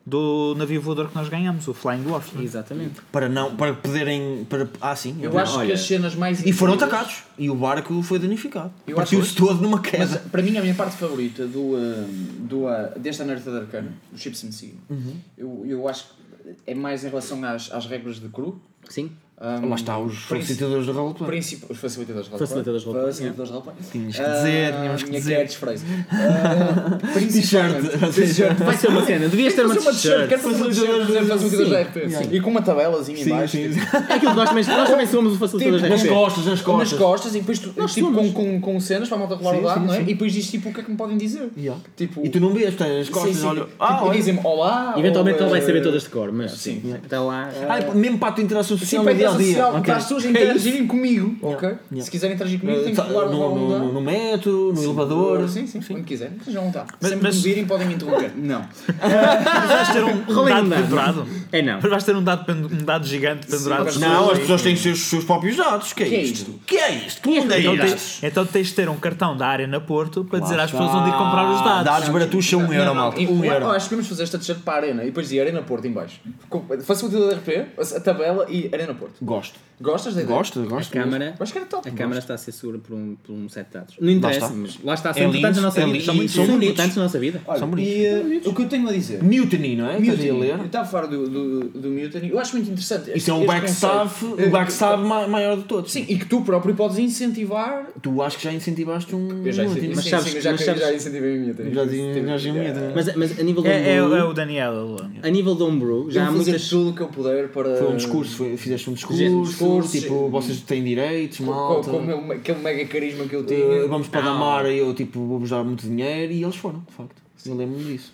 do navio voador que nós ganhamos, o Flying Wolf. não é? Exatamente. Para não. Para poderem. Para... Ah, sim. é Eu verdade. acho que Olha, as cenas mais. E foram incríveis- atacados. E o barco foi danificado. Eu acho Partiu-se todo numa Mas eh, queda. para mim a minha parte favorita do, ah, do, ah, deste Unearthed Arcana, do Chips and Sea, Uhum. eu, eu acho que é mais em relação às, às regras de cru. Sim. Ah, Lá está os Príncipe- felicitadores de roleplay. Princip... Os facilitadores de Facilitadores de roleplay, Facilitadores de roleplay. Tinhas que dizer, Ah, tínhamos que minha dizer. catchphrase. Ah, principalmente- T-shirt. Vai ser uma cena. Devias ter uma Fazer uma t-shirt, t-shirt. quero fazer uma t-shirt, fazer facilitadores de RP. E com uma tabelazinha em baixo. tipo, É aquilo que nós também, nós também somos o facilitador da Tipo, Nas RP. costas, nas Nas costas. costas e depois tu, tipo, com, com, com cenas para a malta rolar o Sim, dado, sim, não é? sim. E depois diz tipo o que é que me podem dizer. Yeah. Tipo, E tu não vês, tens as Sim, costas, sim. olha. Tipo, Ah, e olha. dizem-me olá. Eventualmente ou, ele vai eh, saber todas de cor, mas sim. sim. Até lá. Ah, mesmo para a tua interação Sim, social para no a dia a interação dia. social, Ok. para as pessoas interagirem É, comigo, ok? yeah. Se quiserem interagir comigo, têm que rolar tá, No, rolar um dado. no, no metro, no elevador. Sim, sim, quando quiserem. Já não está. Mas- Sempre mas- que me virem, podem me interromper. Não. Mas vais ter um, um Rolem um dado dado. pendurado. É não. Mas vais ter um dado, pen- um dado gigante pendurado. mas- Não, as pessoas têm que ser os seus próprios dados. Que é Que é isto? isto? Que é isto? Que onde é Então isto? tens, então tens de ter um cartão da área na Porto para dizer às está. pessoas onde ir comprar os dados. Dados baratos são 1 um euro, malta. E- 1 um tipo, eu euro. Acho que vamos fazer esta t-shirt para a Arena e depois de Arena Porto em baixo. Com- Facilitador de RP, a tabela e Arena Porto. Gosto. Gostas da ideia? Gosto, A gosto. câmara, Acho que era top. a câmara está a ser segura por um, por um set de dados. Não interessa, está. mas lá está. São É importantes lindo, na nossa é vida. lindo. São muito- São são bonitos. importantes na nossa vida. Olha, São bonitos. e eh, o que eu tenho a dizer? Mutiny, não é? Mutiny. a Mutiny. Eu ler. estava a falar do, do, do Mutiny. Eu acho muito interessante. Isso este- é um este backstab, conceito. o backstab ma- maior de todos. Sim, e que tu próprio podes incentivar. Tu acho que já incentivaste um. Eu já Mutiny. incentivei, Mas sim, sabes- sim, eu já, mas sabes- já incentivei o Mutiny. Já tinha- já tinha medo. Mas, mas a nível do É, é- é homebrew- o Daniel. Alonso. a nível do homebrew, Já já eu há vou fazer muitas. tudo o que eu puder para. Foi um discurso, foi- fizeste um Fizeste um discurso, discurso, tipo, sim. vocês têm direitos, Com, malta. com o meu- aquele mega carisma que eu tá? eh, tinha. vamos para Damara e eu, tipo, vou-vos dar muito dinheiro. E eles foram, de facto. Eu lembro-me disso.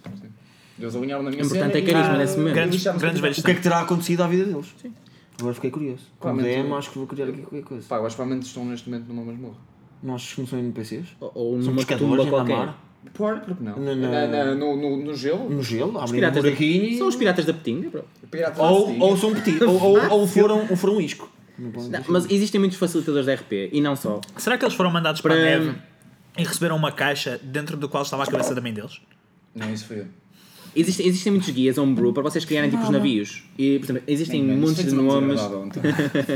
Eles alinharam na minha Importante cena é carisma e, nesse momento. e Grandes, lixaram-se grandes com- velhos O que é tempos. que terá acontecido à vida deles? Agora fiquei curioso. Como Claramente. né? DM, acho que vou criar aqui qualquer coisa. um Pá, eu acho que provavelmente estão neste momento numa masmorra. Nossos que não são NPCs? Ou- Ou São numa pescadores tumba em qualquer. Lamar, Por, porque não? Não, não. Na- na- no, no, no gelo? no gelo, abrem um Piratas da- buraquinho. São os piratas da Petinga, bro. Piratas Ou, ou ou, são petit, ou, ou, ou foram, ou foram um isco. Não podem Não, dizer. mas existem muitos facilitadores da RP e não só. Será que eles foram mandados para a Para- neve e receberam uma caixa dentro do qual estava a cabeça da mãe deles? Não, isso foi eu. Existem, existem muitos guias homebrew para vocês criarem tipos navios. E, por exemplo, existem montes de nomes. Porquê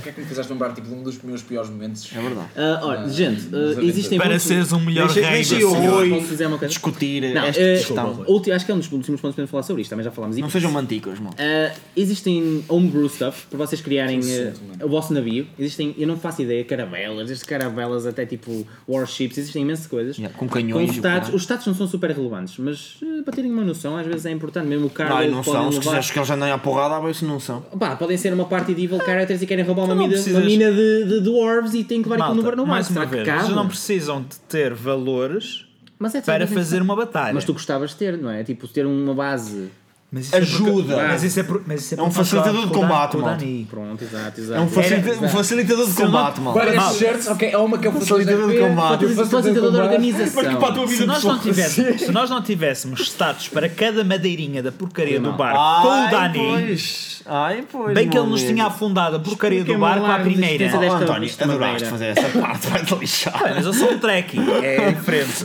é que me fizeste lembrar tipo, de um dos meus piores momentos? É verdade. Ah, ora, gente, ah, aventuras. existem Para muitos... seres um melhor Deixa- rei deixa da eu- senhora. Posso dizer uma coisa? Discutir Não, esta eh, questão. ulti- acho que é um dos últimos pontos para falar sobre isto, também já falámos. Não imenso. sejam manticas, irmão. Ah, existem homebrew stuff para vocês criarem Sim, ah, sim, mano. o vosso navio. Existem, eu não faço ideia, caravelas, existem caravelas até tipo warships, existem imensas coisas. Yeah, com canhões Com e o status, caralho. os status não são super relevantes, mas ah, para terem uma noção, às vezes é importante mesmo o cargo. Não, que não podem são. Se levar. quiseres que eles andem à porrada, abre se não são. Pá, podem ser uma parte de evil characters e querem roubar uma não mina, precisas- uma mina de, de dwarves e têm que levar aquilo no Malta, bar no mais máximo. uma vez, vocês não precisam de ter valores Mas é de para certa fazer uma batalha. Mas tu gostavas de ter, não é? Tipo, ter uma base. Mas isso é porque- Ajuda. mas isso é, por- mas isso é É um porque nós facilitador de com o Dan- combate, com o malta. Dani. Pronto, exato, É exato. um, facilita um facilitador de combate, mal. Várias Mal. shirts, ok, é uma que eu Facilitador de combate. Era um facilitador da organização. Se nós, não tivéssemos, se nós não tivéssemos status para cada madeirinha da porcaria do barco com o Dani, Pois. Ai, pois. bem que meu ele nos amigo. tinha afundado a porcaria do Explica-me barco lá à a primeira. resistência Oh, desta- António, desta adoraste madeira. fazer essa parte, vai-te lixar. Mas eu sou um trekking, é diferente.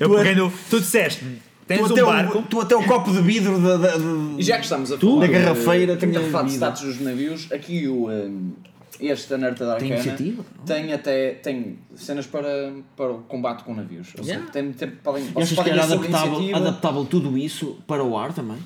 Eu, eu peguei é- no- Tu disseste-me, tens Tu um até, barco. o, tu até o copo de vidro da, da, da- E já que estamos a da é falar. garrafeira Tem tinha a falar de vida. status dos navios. Aqui o. hum, este da Nerta da Tem Arcana iniciativa? tem até tem cenas para, para o combate com navios. Ou seja, Yeah. tem, tem, podem, E vocês achas que podem era ir sobre adaptável, iniciativa. adaptável tudo isso para o ar também?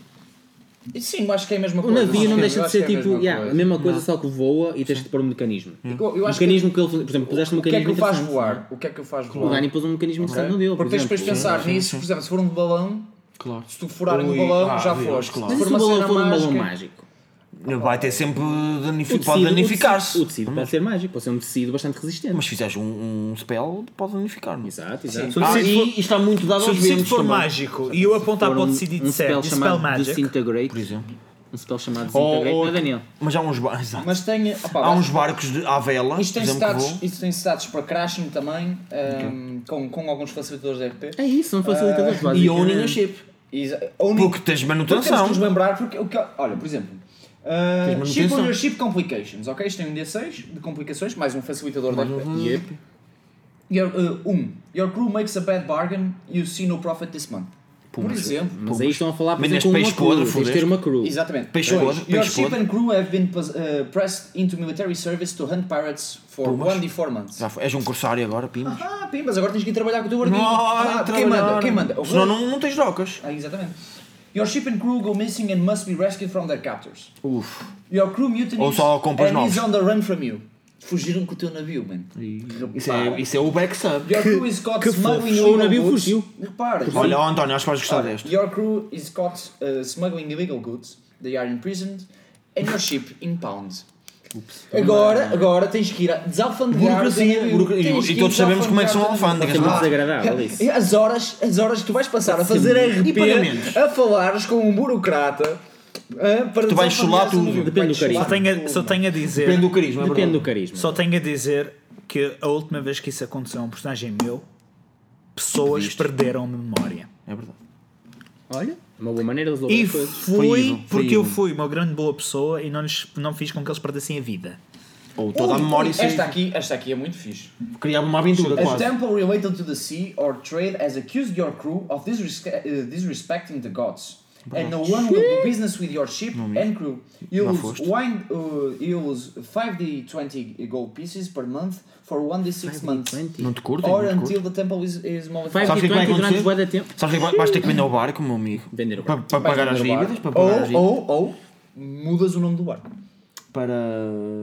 E Sim, eu acho que é a mesma O coisa. navio não Eu deixa de acho que ser é tipo mesma yeah, coisa. a mesma coisa, só que voa e tens de pôr um mecanismo. Eu- eu O acho que- mecanismo que, ele. Por exemplo, puseste um O que é que mecanismo. eu faz interessante. voar? O que é que eu faz voar? O Dani pôs um mecanismo Ok? interessante no dele. por Porque tens depois de exemplo. pensar nisso, por exemplo, se for um balão, Claro. se tu furar no Ui, balão, ah, já Deus, foste. claro. Mas e for se o balão cena for um balão mágica- mágico? Vai ter sempre danifi- O pode tecido- o danificar-se. Hum? tecido- O tecido pode ser mágico, pode ser um tecido bastante resistente. Mas se fizeres um, um spell, pode danificar, não é? Exato, exato. Se o Ah, tecido for- e isto está muito dado se o aos tecido ventos for também. um mágico e eu apontar For para o tecido e disser spell Dispel chamado Magic, Disintegrate, Por exemplo. um spell chamado Ou- Disintegrate, ou- não é, Daniel? Mas há uns, ba- exato. Mas tem. opá, um há uns barcos de, à vela, Isto por tem, exemplo, que status, voam. isto tem status para crashing também, ehm, com, com alguns facilitadores de RP. É isso, são facilitadores Ah, básicos. E owning a ship. Exa- ou nem- Porque tens um Porque temos manutenção. que nos lembrar, porque o que, olha, por exemplo, uh, Tens ship manutenção. ownership complications, ok? Isto tem um D6 de complicações, mais um facilitador de RP. Yep. Your, uh, um, your crew makes a bad bargain, you see no profit this month. por exemplo, Mas aí estão a falar, por Minas exemplo, com uma peixe podre, crew. Tens de ter fudeste. uma crew. Exatamente. Peixe Dois. podre, Your peixe ship podre. and crew have been pos- uh, pressed into military service to hunt pirates for Pumas. 1d4 months. Já foi. És um corsário agora, pimas. Ah, pim, mas agora tens que ir trabalhar com o teu barquinho. Não, Ah, quem manda? Quem manda? O Senão rei? não, não tens docas. Ah, exatamente. Your ship and crew go missing and must be rescued from their captors. Uf. Your crew mutinies Ou só compras and novos. is on the run from you. Fugiram com o teu navio, man. Isso é, isso é o back sub. Your crew is caught que smuggling fofos. O illegal navio goods. fugiu. Repara. Olha, oh, António, acho que vais gostar Olha, deste. Your crew is caught uh, smuggling illegal goods. They are imprisoned and your ship impounds. Agora, agora tens que ir a desalfandegar o teu Burocracia, navio. burocracia. Tens E que ir todos sabemos como é que são alfândegas, desalfandegar o teu Muito navio. Ah. desagradável isso. E As horas, as horas que tu vais passar a fazer E pagamentos? RP, a falares com um burocrata ah, para Tu vais desalfandegar chular esse tudo. navio. Depende do Vais carisma. só chular tenho, a, tudo. só tenho a dizer. Depende do carisma, é Depende do verdade. carisma. Só tenho a dizer que a última vez que isso aconteceu a um personagem meu, pessoas perderam memória. É verdade. Olha, uma boa maneira de resolver E as coisas. fui Foi evil, foi porque eu evil. fui uma grande boa pessoa e não, lhes, não fiz com que eles perdessem a vida. Ou toda a Ui, memória ui, e Um, Esta é um aqui, esta aqui é muito fixe. criava uma aventura A quase. temple related to the sea or trade has accused your crew of disrespe- uh, disrespecting the gods. And no one will do business with your ship and crew. You Não lose, foste. wine, uh, you lose 5d20 gold pieces per month for 1d6 months. Não te curtem? Or não te until the temple is, is mollified. Sabes o que é que vai 5 e 20 acontecer? durante bué de tempo. Sabes o que é que vais ter que vender o barco, meu amigo? Vender o Para, barco. para Vais pagar as vender o dívidas? Para barco. pagar as ou, dívidas? ou, ou mudas o nome do barco. Para...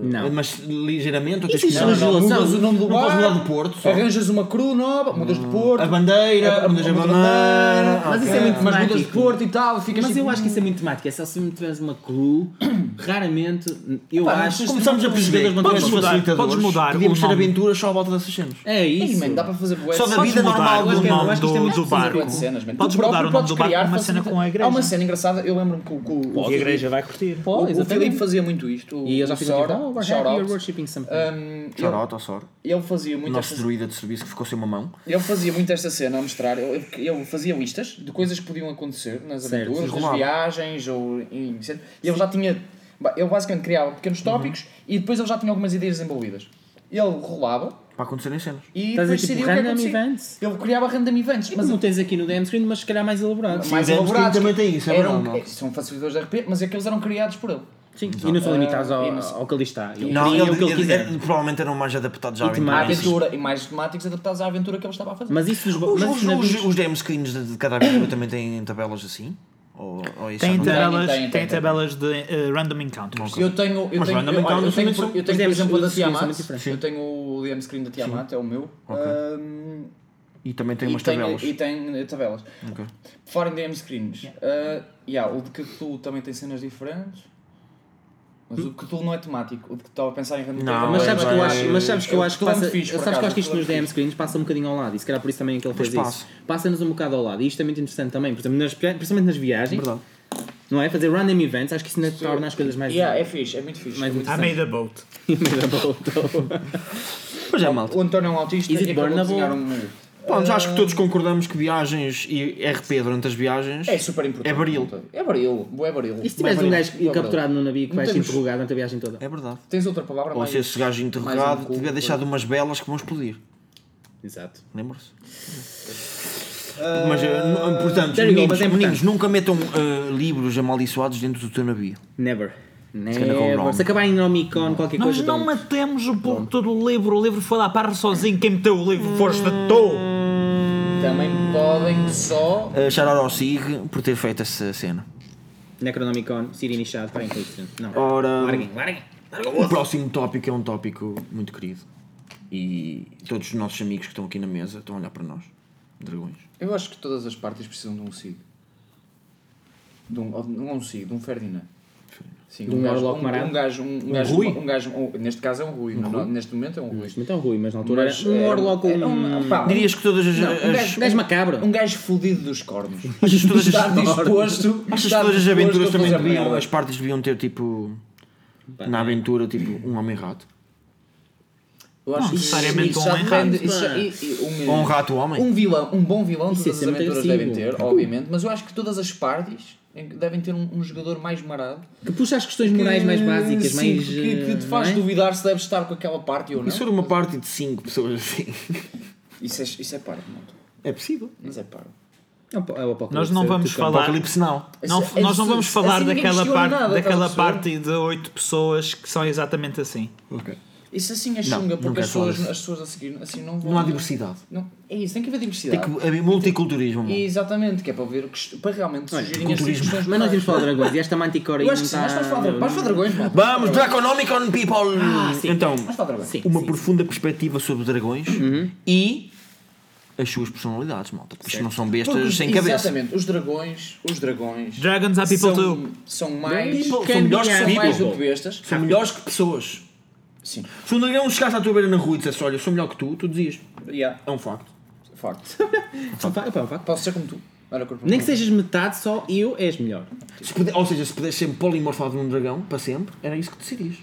Não. Mas ligeiramente ou tens que Existe mudar? legislação. Mudas o nome Não do podes barco. mudar do Porto, só. Arranjas uma crew nova, mudas de Porto. é, A bandeira, Ah, mudas a bandeira... Mas ok. isso é muito Mas mudas de temático. Porto e tal, ficas Mas tipo, eu acho que isso é muito temático. É só se me tiveres uma crew, raramente, eu Pá, acho. Começamos a perceber. Jogadores Podes mantiveram- mudar, podes mudar é Podíamos o ter nome. aventuras só à volta dessas cenas. É Ih, isso. man, dá para fazer bué Só da cenas. Podes vida mudar normal o do eu nome acho que isto é do, muito do barco. Bué de cenas, man. Tu Podes mudar próprio o nome do podes barco criar numa cena facilita- com a Há uma igreja. cena engraçada, eu lembro-me que o, Oh, que o, A igreja vai curtir. o, o exatamente. Filipe fazia muito isto. muito E eu já o fiz Sora, a oh, we're shout happy out. you're worshipping something. Um, Shout out ao Sor. ele, ele fazia muito Nosso estas druida de serviço que ficou sem uma mão. Ele fazia muito esta cena a mostrar, ele, ele fazia listas de coisas que podiam acontecer nas Certo, aventuras, nas rolava. viagens ou em. etc. E ele já tinha. ba- Ele basicamente criava Uhum. pequenos tópicos e depois ele já tinha algumas ideias desenvolvidas. Ele rolava Para acontecerem cenas. e Estás a depois dizer, tipo, decidia o que random acontecia. events? Ele criava random events, Mas mas não tens aqui no DM screen, mas se calhar mais elaborado. Sim, mais o Dance elaborados. Team também tem isso, é eram, verdade, não? São facilitadores de RP, mas aqueles eram criados por ele. Sim, e não são limitados ao, e não- ao que ali está. Ele Não, cria ele, o que ele ele- quiser. ele- provavelmente eram mais adaptados à E À mais- aventura. aventura e mais temáticos adaptados à aventura que ele estava a fazer. Ah, Mas isso dos bo- Os, mas os, isso na os, vida- os DM screens de, de cada aventura também têm tabelas assim? Ou, ou isso já Tem não tem? tabelas, tem, tem, tem tem. tabelas de eh, random encounters. Eu tenho, eu Mas tenho, random eu, olha, eu encounters também tenho, são- por, eu tenho, Os por DMs exemplo, a da são muito Tiamat, diferentes. eu tenho o DM Screen da Tiamat, é o meu, Ok. Ahm, E também tem e, umas tem, tabelas. e tem eh, tabelas. Ok. Por falar em DM Screens, ah, yeah, o de Cthulhu também tem cenas diferentes, mas o de Cthulhu não é temático, o de que estava a pensar em random Não, encounters Mas sabes que eu é- acho, mas sabes que eu é- acho que tudo é passa, muito fixe, por sabes que eu acaso, acho que isto tudo é nos DM muito screens passa um bocadinho ao lado e se calhar por isso também é que ele Pois fez isso. passa. Passa-nos um bocado ao lado e isto é muito interessante também, por exemplo, nas, principalmente nas viagens, É Verdade. não é? Fazer random events, acho que isso ainda torna as coisas mais. Yeah, é fixe, é muito fixe. Mais é muito I interessante. made a boat. Pois é, malta. O António é um autista Is it e acabou de burnable? desenhar um menu. Bom, já acho que todos concordamos que viagens e RP durante as viagens. É super importante. É baril. não tem? É baril, bué baril. E se tiveres um gajo Bué baril. capturado no navio que Não vai ser temos- interrogado durante a viagem toda? É verdade. Tens outra palavra Ou mais... se esse gajo mais um interrogado cubo, tiver deixado umas belas que vão explodir. Exato. Lembra-se? Ah, Mas, eh, n- portanto, there you go, meninos, mas é meninos, nunca metam eh, livros amaldiçoados dentro do teu navio. Never. calhar com o Never. nome. Se acabar em Nomicon, qualquer Nós coisa. não don't. matemos o ponto do livro, o livro foi lá para sozinho, quem meteu o livro foste tu! Também podem só... Uh, Shout out ao SIG por ter feito essa cena. Necronomicon, Siri Nichado, parem com isso. é Não. É um Ora, Larguem, larguem. o próximo tópico é um tópico muito querido. E todos os nossos amigos que estão aqui na mesa estão a olhar para nós. Dragões. Eu acho que todas as partes precisam de um Cid. De um, ou de- não é um Cid, de um Ferdinand. Sim, De um gajo- Orlok um, Marado? um gajo, um, um gajo, Rui? um gajo, um- neste caso é um Rui, no- neste momento é um Rui. Isto muito é ruim, mas na altura Mas era um era- Orlok ou era um. pá, um- Dirias que todas as. não, um as- gajo, Um gajo macabro. um gajo fudido dos cornos. achas que todas as- Está disposto, achas que está todas as disposto aventuras a também fazer deviam. merda. As partes deviam ter tipo. é. Na aventura, tipo, um homem-rato. Eu acho Não, que necessariamente isso um já homem depende- rato, isso já- pá. e- e um- Ou um rato-homem. Um vilão, um bom vilão, Isso é todas as ser muito aventuras devem agressivo. ter, obviamente, mas eu acho que todas as partes em que devem ter um, um jogador mais marado. Que puxa as questões morais mais básicas, Sim, mais. Que, que te eh, faz não é? duvidar se deves estar com aquela parte ou não. Isso era uma parte de 5 pessoas assim. Isso é, isso é parvo, mano. É possível. Mas é parvo. É o po- é o apocalipse, Nós não é o vamos Tucano. falar. tipo Apocalipse não. Não, Isso é- nós não isso- vamos assim falar ninguém daquela, questiona parte, nada, daquela estás a parte de oito pessoas que são exatamente assim. Ok. Isso assim é Não, chunga, não porque quero as pessoas, falar as pessoas a seguir assim não vão. Não há diversidade. Não, é isso, tem que haver Tem diversidade. que haver multiculturismo. E mano. exatamente, que é para ver quest- para realmente surgirem assim é, culturismo. questões. Mas nós íamos falar de dragões e esta manticora aí Eu acho não que sim, vais está. falar de- vais falar de dragões, mano. Vamos, Draconomicon People! Ah, sim. Então, Vais falar de dragões. Sim. Uhum. uma profunda perspectiva sobre dragões e as suas personalidades, malta. Porque isto não são bestas Porque os- sem cabeça. Exatamente, os dragões, os dragões Dragons are people too. são, são mais. People, Can são melhores be que São mais do people. que bestas. São melhores que pessoas. Sim. Se um dragão chegasse à tua beira na rua e dissesse, olha, eu sou melhor que tu, tu dizias. Yeah. É um facto. Facto. É um fa- é um facto. Posso ser como tu. Olha, corpo Nem que sejas metade só, eu és melhor. Se puder- ou seja, se pudesse ser polimorfado num dragão, para sempre, era isso que decidias.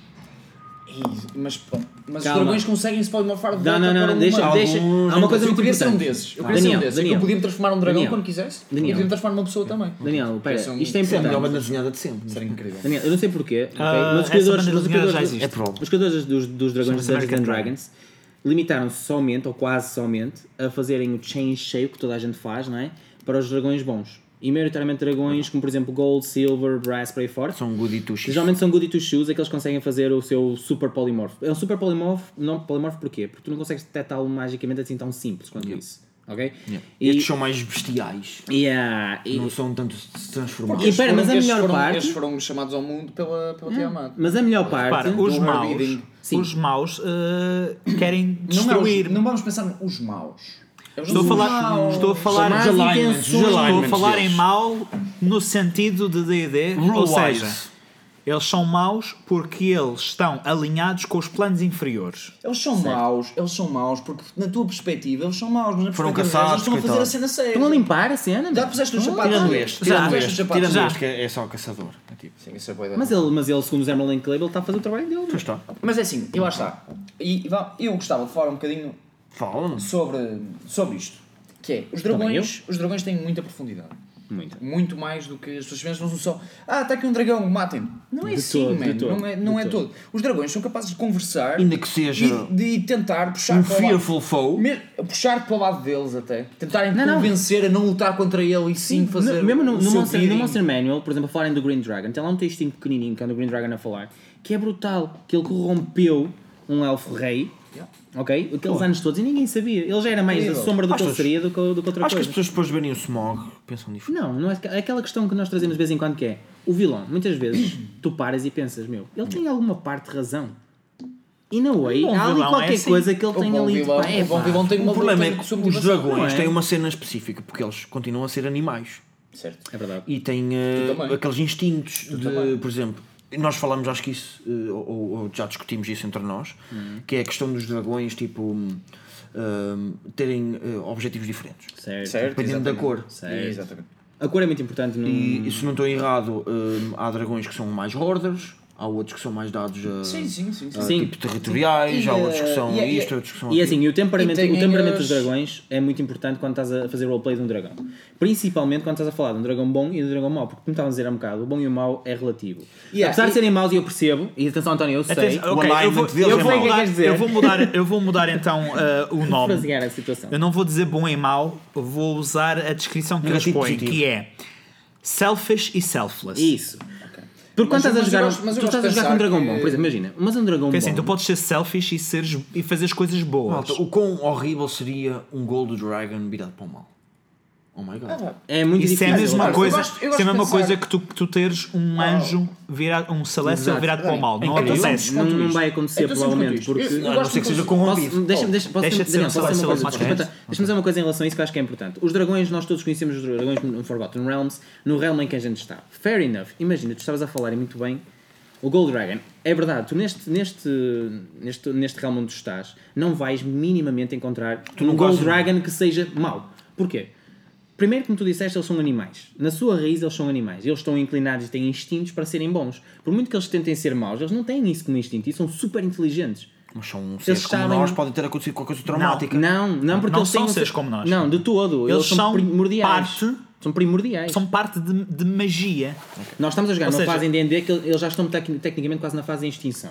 Ih, Mas, pô, mas os Calma. dragões conseguem-se polimorfar Não, de volta não, não, para não, um deixa, humano. deixa. Há uma Alguns- coisa eu muito queria ser um importante. desses. Eu queria ser um Daniel, desses. Daniel. Eu podia me transformar num dragão Daniel. quando quisesse. Daniel. Podia me transformar numa pessoa também. Daniel, pera, Queria ser um- isto é Isso é a melhor importante. banda desenhada de sempre. Era incrível. Daniel, eu não sei porquê, ok? Ah, mas os essa criadores, banda mas desenhada os criadores, já existe. É provável. os criadores dos, dos Chama-se dragões de Dungeons and American Dragons limitaram-se somente, ou quase somente, a fazerem o chain shape que toda a gente faz, não é? Para os dragões bons. E maioritariamente dragões como, por exemplo, Gold, Silver, Brass, por aí fora. São good e tuxis. Geralmente são goody two shoes, é que eles conseguem fazer o seu super polimorfo. É um super polimorfo, não polimorfo porquê? Porque tu não consegues detectá-lo magicamente assim tão simples quanto isso, ok? Yeah. E, Estes são mais bestiais. yeah, e- Não são tanto se transformar. E pera, mas a Estes melhor foram- parte- é Estes foram chamados ao mundo pela, pela Tiamat. mas a melhor parte... Para, os Do her maus, reading. Sim. os maus eh, querem Não, é os- destruir. não vamos pensar nos maus. É os Estou a falar, maus. estou a falar, Os estou alignments, a os falar alignments em deles. mau no sentido de D&D, ou Rule-wise. seja, Eles são maus porque eles estão alinhados com os planos inferiores. Eles são maus, eles são maus, porque na tua perspectiva eles são maus, mas na Foram perspectiva deles, caçados, eles estão a fazer a coitados. cena séria. Estão a limpar a cena? Já meu. puseste os Estão a sapatos? limpar. Tirando este, Já. tirando Já. este, Já. tirando Já. este, que é é só caçador. É tipo, Sim, isso é boa ideia. Mas ele, mas ele, segundo o Zé Merlin Club, ele está a fazer o trabalho dele. Pois está. Mas é assim, e lá está. E, e vá- eu gostava de falar um bocadinho Fala-me. sobre, sobre isto. Que é, os dragões, os dragões têm muita profundidade. Muita. Muito mais do que as pessoas pensam, não são só Ah, está aqui um dragão, matem-me. Não é De assim, todo, man. de todo, não é, não de é todo. todo. Os dragões são capazes de conversar Ainda que seja e de tentar puxar um para o lado- fearful foe. Me- puxar para o lado deles até. Tentarem Não, não. convencer a não lutar contra ele e sim, fazer. mesmo o no, no, seu Monster, no bidding. Monster Manual, por exemplo, a falarem do Green Dragon, tem lá um textinho pequenininho que é do Green Dragon a falar, que é brutal, que ele corrompeu um elfo rei, ok? Aqueles anos todos e ninguém sabia. Ele já era mais a Incrível. sombra do Acho que que- ele seria do que, do que outra Acho que as coisa. pessoas depois de verem o smog pensam diferente. Não, não é é aquela questão que nós trazemos de vez em quando que é o vilão. Muitas vezes tu paras e pensas, meu, ele tem alguma parte de razão. E na Um way, bom há ali vilão é qualquer assim. coisa que ele O tem Um bom ali. vilão, pá, é o bom pá. vilão tem uma O problema tem é uma que os submotivação, não dragões é? têm uma cena específica, porque eles continuam a ser animais Certo. É verdade. e têm eh, Tu também. aqueles instintos de, por exemplo, nós falamos acho que isso, eh, ou, ou já discutimos isso entre nós, que é a questão dos dragões tipo hum, hum, terem eh, objetivos diferentes. Certo. Certo. Dependendo da exatamente. cor. Certo. Exatamente. A cor é muito importante no. E, e se não estou errado, hum, há dragões que são mais hoarders, há outros que são mais dados a Sim, sim, sim. sim. a Sim. tipo territoriais, E, há outros que são eh, e- isto, outros que são E aquilo. assim, e o temperamento, E tem o temperamento dos os- dragões é muito importante quando estás a fazer roleplay de um dragão. Principalmente quando estás a falar de um dragão bom e de um dragão mau, porque como estavam a dizer há um bocado, o bom e o mau é relativo. Yeah, Apesar e- de serem maus, e eu percebo, e atenção António, eu sei, Atenção, ok, eu alignment vou- deles eu é vou mau. mudar- Quer dizer- eu vou mudar- Eu vou mudar então eh, o para nome. desenhar a situação. Eu não vou dizer bom e mau, vou usar a descrição que eles Negativo e põem, positivo. que é selfish e selfless. Isso. Porque quando Mas- estás a mas eu jogar, gosto- mas eu tu estás gosto a de jogar com um pensar dragão que- bom, por exemplo, imagina, mas um dragão Porque bom. assim, tu podes ser selfish e, seres, e fazer as coisas boas. Malta, o quão horrível seria um gol do Dragon virado para o mal? Oh my god. É muito Isso é a difícil. mesma Mas eu coisa, gosto- eu isso é a gosto de mesma pensar- coisa que tu, que tu teres um anjo virado, um celestial Exato. virado para o mal. É Não Incrível. acontece. Não, Conto não isto. É vai acontecer, Eu tô sempre provavelmente, conto isto. porque. Eu- A eu não gosto ser que de- seja com Posso- ouvido. Deixa-me deixa, posso- Deixa de ser um Daniel, só posso dizer uma Silence coisa, Podcast. desculpa, tá? Deixa-me dizer uma coisa em relação a isso que eu acho que é importante. Os dragões, nós todos conhecemos os dragões no Forgotten Realms, no realm em que a gente está. Fair enough. Imagina, tu estavas a falar e muito bem. O Gold Dragon, é verdade, tu neste, neste, neste, neste realm onde tu estás, não vais minimamente encontrar não um Gold gostas- Dragon que seja mau. Porquê? Primeiro, como tu disseste, eles são animais. Na sua raiz, eles são animais. Eles estão inclinados e têm instintos para serem bons. Por muito que eles tentem ser maus, eles não têm isso como instinto e são super inteligentes. Mas são seres como sabem- nós, podem ter acontecido qualquer coisa traumática. Não, não, porque Não eles têm são um- seres como nós. Não, de todo. Eles, Eles são são primordiais. parte- São primordiais. São parte de, de magia. Nós estamos a jogar Ou numa seja- fase em D&D que eles já estão tec- tecnicamente quase na fase de extinção.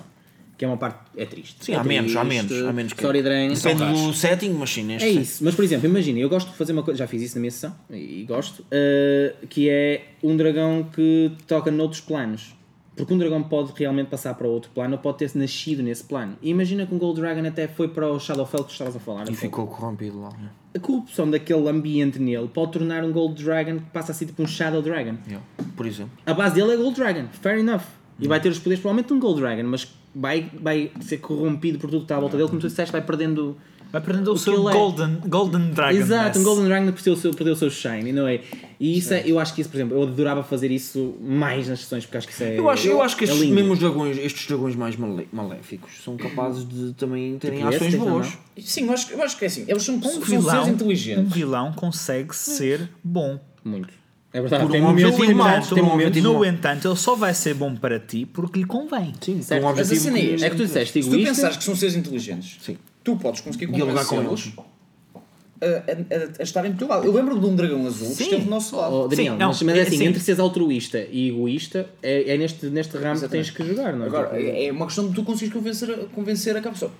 Que é uma parte... é triste. Sim, é há menos, há triste, menos. Há menos que... Sorry, Drain. é um Depende do setting, mas sim, neste É set- isso, mas por exemplo, imagina, eu gosto de fazer uma coisa, já fiz isso na minha sessão e e gosto, uh, que é um dragão que toca noutros planos. Porque um dragão pode realmente passar para outro plano ou pode ter nascido nesse plano. E imagina que um Gold Dragon até foi para o Shadowfell que tu estavas a falar. E há pouco. ficou corrompido lá. A corrupção daquele ambiente nele pode tornar um Gold Dragon que passa a ser tipo um Shadow Dragon. Yeah. Por exemplo. A base dele é Gold Dragon, fair enough. E vai ter os poderes provavelmente de um Gold Dragon, mas vai, vai ser corrompido por tudo que está à volta dele, como tu disseste, vai perdendo. Vai aprender o, que seu ele é. golden, golden Dragon. Exato, um Ness. Golden Dragon perdeu o seu, perdeu o seu shine, não é? E isso é, eu acho que isso, por exemplo, eu adorava fazer isso mais nas sessões, porque acho que isso é. Eu acho, eu acho que é estes lindo. mesmos dragões, estes dragões mais malé- maléficos, são capazes de também terem Tipo ações esse, boas. não Sim, eu acho, eu acho que é assim. Eles são, Um são seres vilão, um inteligentes. vilão consegue ser bom. Muito. É verdade, Por tem um momentos- objetivo mau, por tem um momentos- objetivo No mau. entanto, ele só vai ser bom para ti porque lhe convém. Sim, Certo, com um Mas a objetivo. cena é esta. É que tu disseste Se tu egoísta- pensares que são seres inteligentes, Sim. tu podes conseguir Dialogar com convencê-los eles. a, a, a, a estarem do teu lado. Eu lembro de um dragão azul que Sim. esteve do nosso lado. Oh, Daniel, Sim, não, mas, mas é é assim, assim. entre seres altruísta e egoísta, é, é neste, neste ramo que tens que jogar, não é? Agora, Tipo, é é uma questão de tu conseguires convencer, convencer aquela pessoa.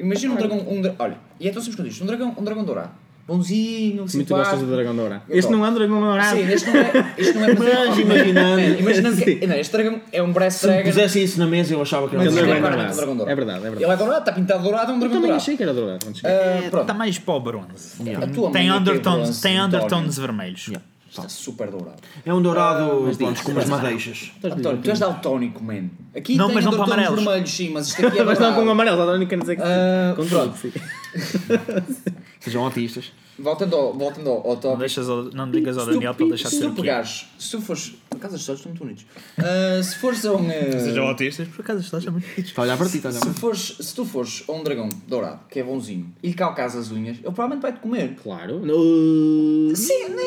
Imagina um dragão. Um dra- Olha, e é tão simples quanto isto: um dragão, um dragão dourado. Bonzinho, muito gostas do dragão dourado. Eu Este não é gosto. um dragão dourado. Sim, este não é. Este não é Mas imaginando- É, imaginando Sim. que. Não, este dragão é um brass Se me dragon. pusessem isso na mesa, eu achava que era Mas um ele é Ele bem é dragão. claramente dourado. um dragão dourado. É verdade, é verdade. Ele é dourado, está pintado dourado, é um Eu dragão também dourado. achei que é era dourado. quando cheguei. Ah, Está pronto. É, tá mais para o bronze. A Tem tua mãe é que é undertones, bronze, tem António. undertones vermelhos. Yeah. Está super dourado. É um dourado, mas pronto, diz, com umas madeixas. António, tu és daltónico, man. Aqui Não, tem mas não para tons amarelos. vermelhos, sim, mas isto aqui é Mas não com o dourado. amarelo, não quer dizer que Ah, sim. Controle, pronto. sim. Sejam autistas. Voltando ao, voltando ao, ao Não, tópico. deixas ao- não digas ao Se tu- Daniel para ele deixar de Se ser tu o que pegares, se tu fores. Por acaso as histórias estão muito bonitas. Ah, se fores a um. ah, é. Sejam autistas, por acaso estás muito fixe. Está a olhar para ti, está a é? olhar para se, ti. fores, se tu fores a um dragão dourado, que é bonzinho, e lhe calcas as unhas, ele provavelmente vai-te comer. Claro. No- Sim, né?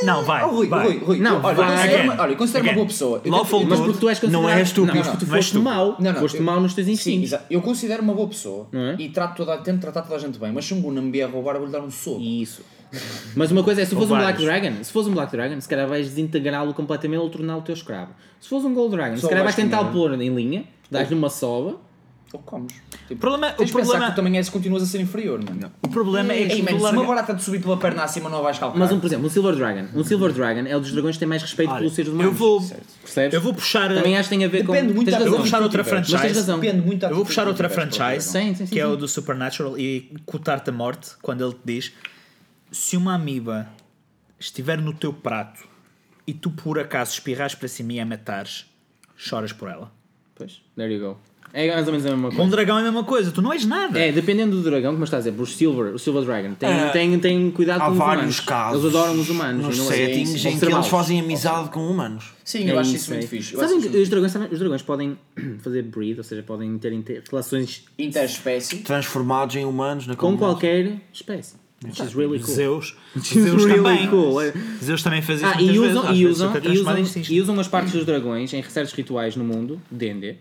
Ah, Não, vai, Oh, Rui, vai. Rui, Rui. Não, olha, vai. considero uma, Again. olha, considero uma Again. boa pessoa. Eu Lawful tenho- Mas porque tu és Não, considerado... é estúpido. Não, porque Não tu é foste estúpido. mau. Não, não, foste eu- mau nos teus Sim, instintos. exato. Eu considero uma boa pessoa Não é? e trato toda, a- tento tratar toda a gente bem, mas se um Guna me vier roubar, eu vou-lhe dar um soco. Isso. Mas uma coisa é, se Ou fores um Black vários. Dragon, se fores um Black Dragon, se calhar vais desintegrá-lo completamente ou torná-lo teu escravo. Se fores um Gold Dragon, Só se calhar vais vais tentar comer. pôr em linha, dás-lhe uma sova. Ou comes. Tipo, Problema- tens o de pensar problema- que tu também és, continuas a ser inferior, mano. O problema é que Ei, tu mano, se larga- uma barata te subir pela perna acima, não a vais calcar. Mas, um, por exemplo, um Silver Dragon. Um Silver Dragon é um dos dragões que tem mais respeito Olha, pelos seres humanos. eu vou, Percebes? eu vou puxar. Também acho que tem a ver Depende com... muito tens eu da- vou razão. puxar outra Mas franchise. tens razão. Depende muito da Eu vou puxar atitude outra que tiveres para o franchise Sim, sim, sim, que é sim. o do Supernatural e cotar-te a morte quando ele te diz se uma amiba estiver no teu prato e tu por acaso espirrares para cima e a matares, choras por ela. Pois, there you go. É mais ou menos a mesma coisa. Com um dragão é a mesma coisa, tu não és nada. É, dependendo do dragão, como estás a dizer, por Silver, o Silver Dragon tem, É. tem, tem cuidado Há com os vários humanos. casos. Eles adoram os humanos. Nos não é? settings Sim, em que observá-los. eles fazem amizade com humanos. Sim, eu É acho isso é. muito fixe. Eu Sabem que acho isso os dragões, também- os dragões podem fazer breed, ou seja, podem ter inter- relações Interespécie. Transformados em humanos na com comunidade. qualquer espécie. Which is really cool. Zeus, is Zeus really também. cool. Zeus também faz isso Ah, muitas e vezes. usam, Às e, vezes usam, até e, transformado em usam, cisne. e usam as partes dos dragões em certos rituais no mundo, Dende,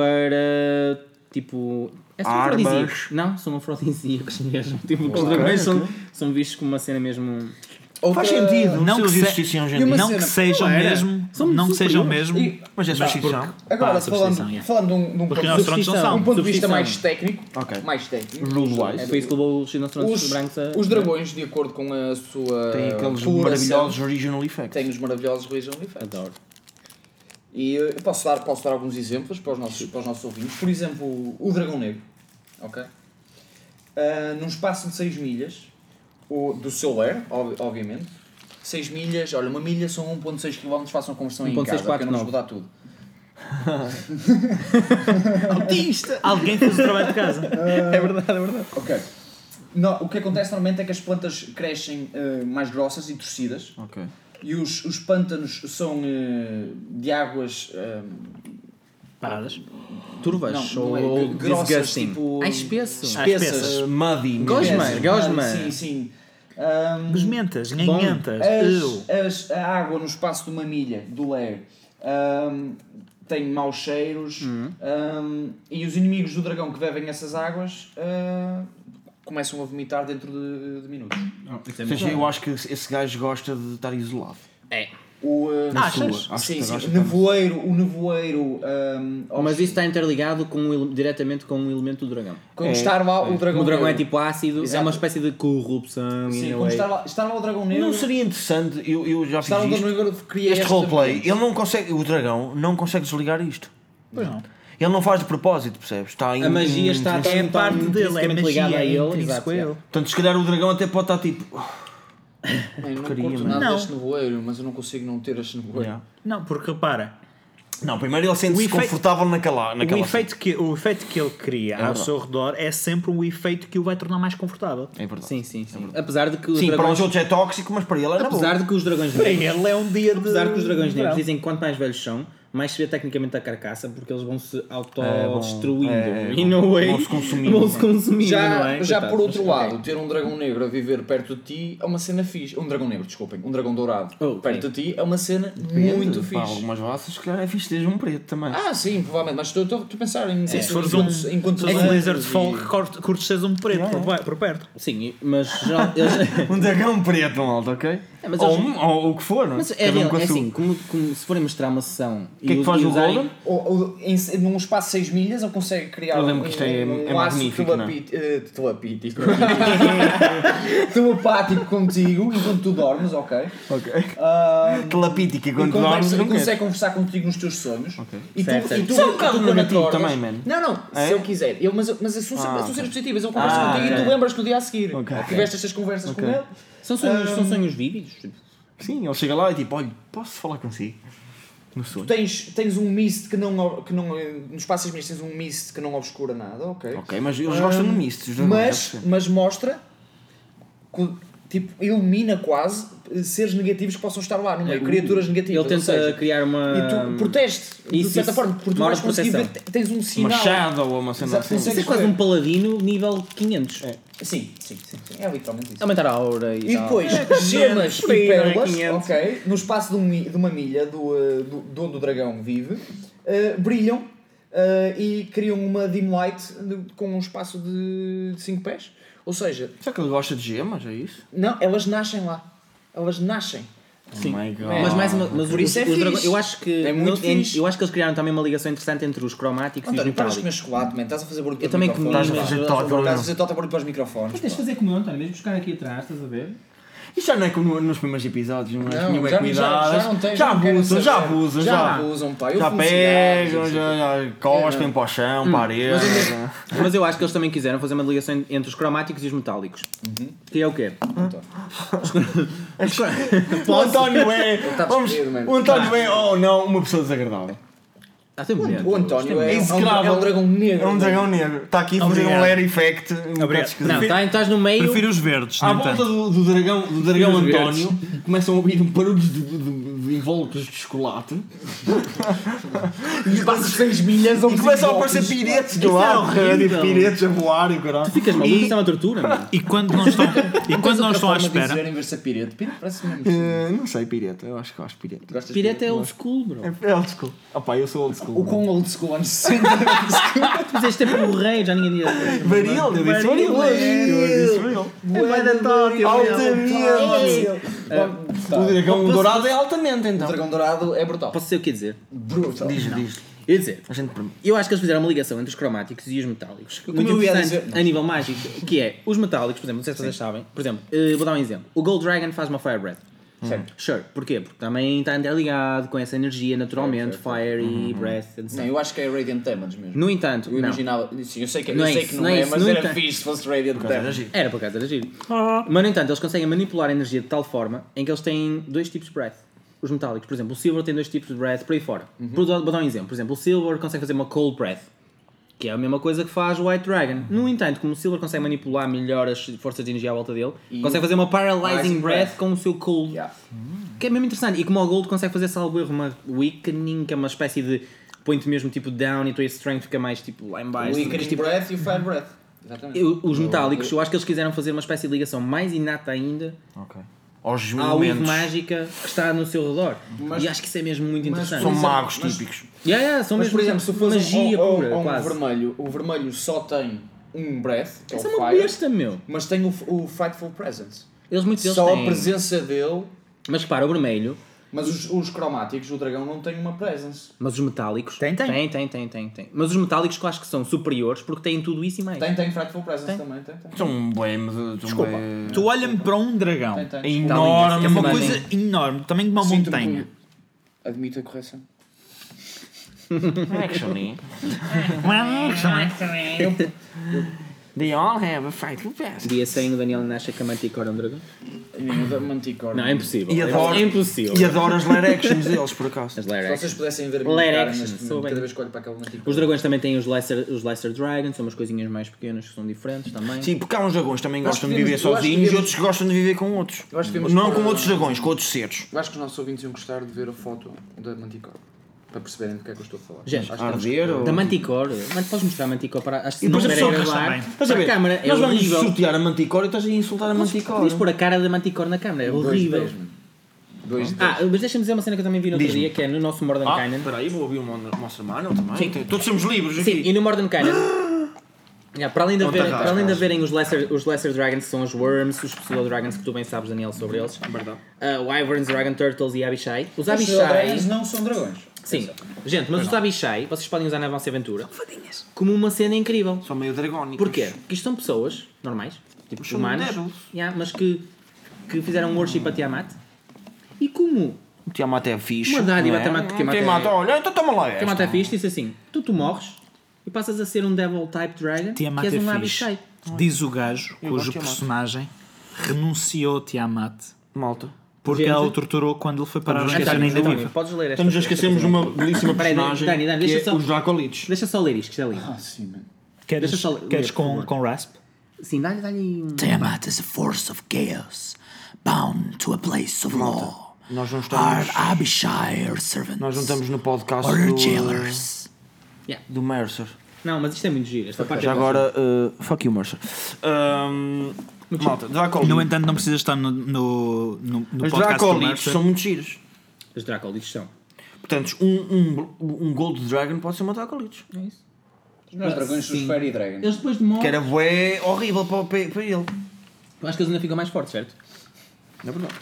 para tipo. É são Armas. afrodisíacos. Não, são afrodisíacos mesmo. Tipo, os dragões são, são vistos como uma cena mesmo. Outra- Faz sentido. Não se que eles se- existissem hoje em e uma dia. Não cena- que seja o Não era. mesmo, São não que seja o superiores. mesmo. E- Mas é substituição. Agora, Ah, substituição, falando, yeah. falando de um, de um Porque nós ponto- trons não Substituição. um são. ponto de vista Substituição. mais técnico, Ok. mais técnico, É foi isso que levou os dinossauros os, brancos a. os dragões, de acordo com a sua Tem aqueles coloração, maravilhosos original effects. têm os maravilhosos Regional Effects. Adoro. E eh, eu posso dar, posso dar alguns exemplos para os, nossos, para os nossos ouvintes. Por exemplo, o- o Dragão Negro. Ok? Ah, num espaço de 6 milhas, o, do seu ler, ob- obviamente. 6 milhas, olha, uma milha são 1.6 km, façam a conversão aí em 1.649. casa, porque eu não vos vou dar tudo. Alguém fez o trabalho de casa. Ok. No- o que acontece normalmente é que as plantas crescem eh, mais grossas e torcidas Ok. e os, os pântanos são eh, de águas eh, Paradas. Turvas não, não é, ou grossas, disgusting. tipo Ai, Ah, espesso. espessas. Uh, muddy. Gosma, Espessas, é? gosma. Sim, sim. Ahm, Gosmentas, bom. é- nhanhentas. eu. as, as- a água no espaço de uma milha do lair ahm, tem maus cheiros ahm, e os inimigos do dragão que bebem essas águas ah, começam a vomitar dentro de, de minutos. Seja, eu acho que esse gajo gosta de estar isolado. O, ah, Achas? Acho sim, que sim. gosta de estar- Nevoeiro, o nevoeiro ahm, aos- Mas isso está interligado com o ele- diretamente com o elemento do dragão. com estar lá o dragão o dragão é negro. tipo um ácido, é Exato. uma espécie de corrupção. é in Sim, a com way. estar lá, estar lá o dragão negro. Não seria interessante, eu, eu já fiz estar lá o dragão isto. negro um cria Este esta- roleplay, ele não consegue, o dragão não consegue desligar isto. Pois não. Ele não faz de propósito, percebes? Está em- A magia em- está em- tão- É tão parte dele, é Ah, então, intrinsecamente ligada magia, a é ele. intrínseco a exato, ele. Portanto, se calhar o dragão até pode estar tipo. Eu não Porcaria, curto mano. nada Não. deste nevoeiro, mas eu não consigo não ter este nevoeiro. Yeah. Não, porque repara, Não, primeiro ele sente-se efeito- confortável naquela. o naquela efeito, que, o efeito que ele cria ao verdade. seu redor é sempre um efeito que o vai tornar mais confortável. É verdade. Sim, sim, sim. Apesar de que os Sim, para dragões. os outros é tóxico, mas para ele era bom. Apesar de que os dragões Para negros. ele é um dia de. Apesar de que os dragões negros dizem que quanto mais velhos são, mais se vê tecnicamente a carcaça, porque eles vão se autodestruindo. É, é, in a way. vão-se consumindo. Vão-se consumindo, não Já, é? já Coitados, por outro mas- lado, ter um dragão negro a viver perto de ti é uma cena fixe. Um dragão negro, desculpem. Um dragão dourado Oh, perto de ti é uma cena Depende, muito pá, fixe. algumas raças, se calhar é fixe ter um preto também. Ah, sim, provavelmente. Mas estou- estou estou a pensar em. Sim, se fores um, se fores é um Lizard Folk, curtes curtes seres um preto por, vai- por perto. Sim, mas já, eles- Um dragão preto, malta, ok? É, mas ou, eles- um- ou o que for, não é? Mas é, Cada um real, com a é sua. assim, como, como se forem mostrar uma sessão. O que é que faz o Golden? Ou, ou, em, num espaço de 6 milhas ele consegue criar Eu um, lembro que isto é- um é laço magnífico, telapi- eh, telapítico telepático contigo enquanto tu dormes, ok? Ok. Ah, Telapítica, quando um e dormes, conversa- não e quer. consegue conversar contigo nos teus sonhos. E tu, Certo, certo. e tu, Isso é um e tu bocado quando negativo acordas- também, man. Não, não, se É? Ah, eu quiser. Eu, mas mas são, são ok. cenas positivas. Ele conversa Ah, contigo e ok. tu lembras no dia a seguir. Ok. Tiveste estas conversas Ok. com ele. São sonhos, tipo, são sonhos vívidos. Sim, ele chega lá e tipo, olha, posso falar consigo? No Tu sonho. tens, tens um mist que não, que não. Nos passos mistos tens um mist que não obscura nada, ok. Ok, mas eles gostam Ah, de misto. os dragões, Mas, acho que sim. mas mostra. co- Tipo, ilumina quase eh, seres negativos que possam estar lá no É, uh, meio. é criaturas negativas. Ele tenta ou seja, criar uma. é E um tu proteges, de isso, certa isso. forma, porque tu Uma vais aura de conseguir ver, proteção. te- tens um Uma sinal. shadow ou uma cena Exato, assim. consegue- Isso é quase um paladino nível 500. É. Sim, sim, sim, sim. É literalmente isso. Aumentar a aura e, E tal. depois, gemas e por aí, não é? pérolas, 500. ok? No espaço de, um mi- de uma milha do, eh, do, de onde o dragão vive, eh, brilham eh, e criam uma dim light de- com um espaço de 5 pés. Ou seja, Será que ele gosta de gemas? É isso? não, elas nascem lá. Elas nascem. Sim. Oh my god. Mas mais uma, mas Por os- isso é os drago- fixe. eu acho que É muito eu- eu, fixe. eu acho que eles criaram também uma ligação interessante entre os cromáticos e os António, paras de comer metálicos. chocolate, man. Estás a fazer Eu barulho para os também comi, microfones. mas Estás a fazer eu- toque, eu- Estás a fazer tota barulho para os microfones. Tens de fazer como eu, António, mesmo buscar aqui atrás, estás a ver? Isto já não é como no- nos primeiros episódios, não é? Não, Tinham bem já- cuidados. já- já não tens, Já não querem abusam, já saber. abusam, Já já. abusam, pá. Eu Já fumo cigarros, pegam, não sei já já É. cospem para o chão, Hum. para a areia. Mas eu acho que eles também quiseram fazer uma ligação entre os cromáticos e os metálicos. Uhum. Que é o quê? O António é. tá vamos- despedido, mano. Tá. O António é, oh não, uma pessoa desagradável. Ah, tem medo. O António é, é, um, Escravo. é um dragão negro. É um dragão negro. Está aqui a fazer um Obrigado. layer effect. Um bocado Obrigado. esquisito. Não, tá- estás no meio. tá. Prefiro os verdes, À no volta entanto. do, do dragão, do dragão Os verdes. António começam a ouvir barulhos de, de, de, de invólucros de chocolate E passa 6 milhas ou e começam a aparecer piretes do ar, é horrível. tipo, piretes a voar e o caralho. Ficas maluco, isso é uma tortura, mano. E quando não estão, e quando não estão à espera, Em vez de ser pirete, pirete parece mesmo. Eh, não sei, pireta, eu acho que gosto de pireta. Gostas de Pireta é old school, bro. É old school. Opá, eu sou old é school. O quão old school anos 60. Mas este é pelo rei, já ninguém diz. Baril, eu disse baril hoje. Eu disse baril. Altamira. O dragão dourado é altamente O então. dragão dourado é brutal. Posso dizer o que ia dizer? Brutal. diz. Eu ia dizer, A gente permite. eu acho que eles fizeram uma ligação entre os cromáticos e os metálicos. Muito eu ia interessante dizer- a nível mágico, que é os metálicos, por exemplo, não sei se vocês sabem, por exemplo, eh, vou dar um exemplo. O Gold Dragon faz uma Fire Breath. Certo. Sure, porquê? Porque também está interligado com essa energia naturalmente, Fire e Breath, etc. Não, eu acho que é Radiant Damage mesmo. No entanto, Uhum. Eu não. imaginava. Sim, eu sei que eu Não é sei isso, que não não é é, isso, mas não era entendo. fixe se fosse Radiant Damage. Era por causa da giro. Mas, no entanto, eles conseguem manipular a energia de tal forma em que eles têm dois tipos de breath. Os metálicos, por exemplo, o silver tem dois tipos de breath por aí fora. Por- Vou dar um exemplo. Por exemplo, o silver consegue fazer uma cold breath, que é a mesma coisa que faz o white dragon. No entanto, como o silver consegue manipular melhor as forças de energia à volta dele, consegue fazer uma Paralyzing paralyzing breath, breath. com o seu cold. Yeah. Que é mesmo interessante. E como o gold consegue fazer, salvo erro, uma weakening, que é uma espécie de. Põe-te mesmo tipo down e a tua strength fica mais tipo lá em O baixo. Icarus Tipo, Breath e o Fire Breath. Exatamente. eu- os Oh, metálicos, eu acho que eles quiseram fazer uma espécie de ligação mais inata ainda Ok. Aos à wave momentos. mágica que está no seu redor. Mas- e acho que isso é mesmo muito mas interessante. São Mas- magos mas- típicos. Yeah, yeah, são Mas, mesmo por exemplo, se fosse magia um, um- pura, um quase. vermelho, o vermelho só tem um breath, que é o Isso é uma fire, besta, meu. mas tem o, o Frightful Presence. Eles muitos deles só têm. a presença dele, Mas repara, o vermelho, mas os, os cromáticos, o dragão não tem uma presence. mas os metálicos. Tem, tem. Tem, tem, tem, tem, tem. Mas os metálicos que eu acho que são superiores porque têm tudo isso e mais. Tem, tem Frightful Presence também, tem, tem. São bem. são Desculpa, bem- tu olha-me para um dragão, Então, Tem, tem. É enorme. é uma Essa coisa imagem. enorme, também de uma Sinto-me montanha. com- Admito a correção. Action, é? eh? é? é? Eu, They all have a frightful past. Dia sem o Daniel Nasha que a Manticore é um dragão? eu da Manticore. Não, é impossível. E É adoro- impossível. E adoro as live actions deles, por acaso. As lair Se actions. vocês pudessem ver a Lair minha cara action, neste sou momento, bem. cada vez que olho para aquela Manticore. Os dragões também têm os Lycer, os Lycer Dragons, são umas coisinhas mais pequenas que são diferentes também. Sim, porque há uns dragões que também Nós gostam de podemos- viver eu acho que sozinhos e devemos- outros que gostam de viver com outros. Eu acho que devemos Não pôr- com outros dragões, com outros seres. Eu acho que os nossos ouvintes iam gostar de ver a foto da Manticore. Para perceberem do que é que eu estou a falar. Gente, Acho que temos- Arder ou. Da Manticore. Mano, podes mostrar a Manticore para. Acho que se não depois a puder pessoa gravar. também. para a câmara é nós vamos horrível. sortear a manticora e estás a insultar a manticora. Podias pôr a cara da Manticore na câmara, é Dois de horrível. dez, mano. Dois de dez. Ah, mas deixa-me dizer uma cena que eu também vi no outro Diz-me. dia, que é no nosso Modern Ah, Cannon. espera aí, vou ouvir o Mon- Monster Manual também. Tem- Todos somos livres Sim, aqui. e no Modern Cannon. yeah, para além de, Não te haverem- arrasas. para além de verem os Lesser, os Lesser Dragons, que são os Worms, os Pseudo Dragons, que tu bem sabes, Daniel, sobre eles. É Verdade. Ah, Wyverns, Dragon Turtles e Abishai. Os Os Abishai. dragões não são dragões. Sim, gente, mas os Abishai vocês podem usar na vossa aventura como uma cena incrível. São meio dragónicos. Porquê? Porque isto são pessoas normais, tipo São humanos, devils. yeah, mas que, que fizeram um worship a Tiamat. E como O Tiamat é fixe. Uma dádiva, não é? Tiamat- Tiamat é- Tiamat, olha, então toma lá esta. Tiamat é fixe, disse assim: tu, tu morres e passas a ser um Devil Type Dragon Tiamat que és é um fixe. Abishai. Diz o gajo gosto cujo de Tiamat. personagem renunciou a Tiamat Malta. Porque Gente. ela o torturou quando ele foi parar na esquecer Antártida ainda António, viva. podes ler esta. Estamos a esta esquecermos cena. uma belíssima Peraí, personagem Dani, Dani, que deixa é só- os Dracolites. Deixa só ler isto, que isto é lindo. Ah, sim, mano. Queres, Deixa só ler, queres por com, favor. com rasp? Sim, dá-lhe dá um. Tiamat is a force of chaos, bound to a place of law. Nós não Our estamos, Abishire servants nós não estamos no podcast are do, jailers. do Mercer. Não, mas isto é muito giro. Esta parte Já é agora, uh, fuck you, Mercer. Um, malta, Dracolites. é No entanto, não precisas estar no, no, no, no Os podcast do Dracolites Mercer. são muito giros. Os Dracolites são. Portanto, um, um, um Gold Dragon pode ser uma Dracolites. É isso? Os meus dragões são os Sim. Fairy Dragons. Eles depois de morte. Que era bué horrível para, o- para para ele. Acho que eles ainda ficam mais fortes, certo? Não é verdade?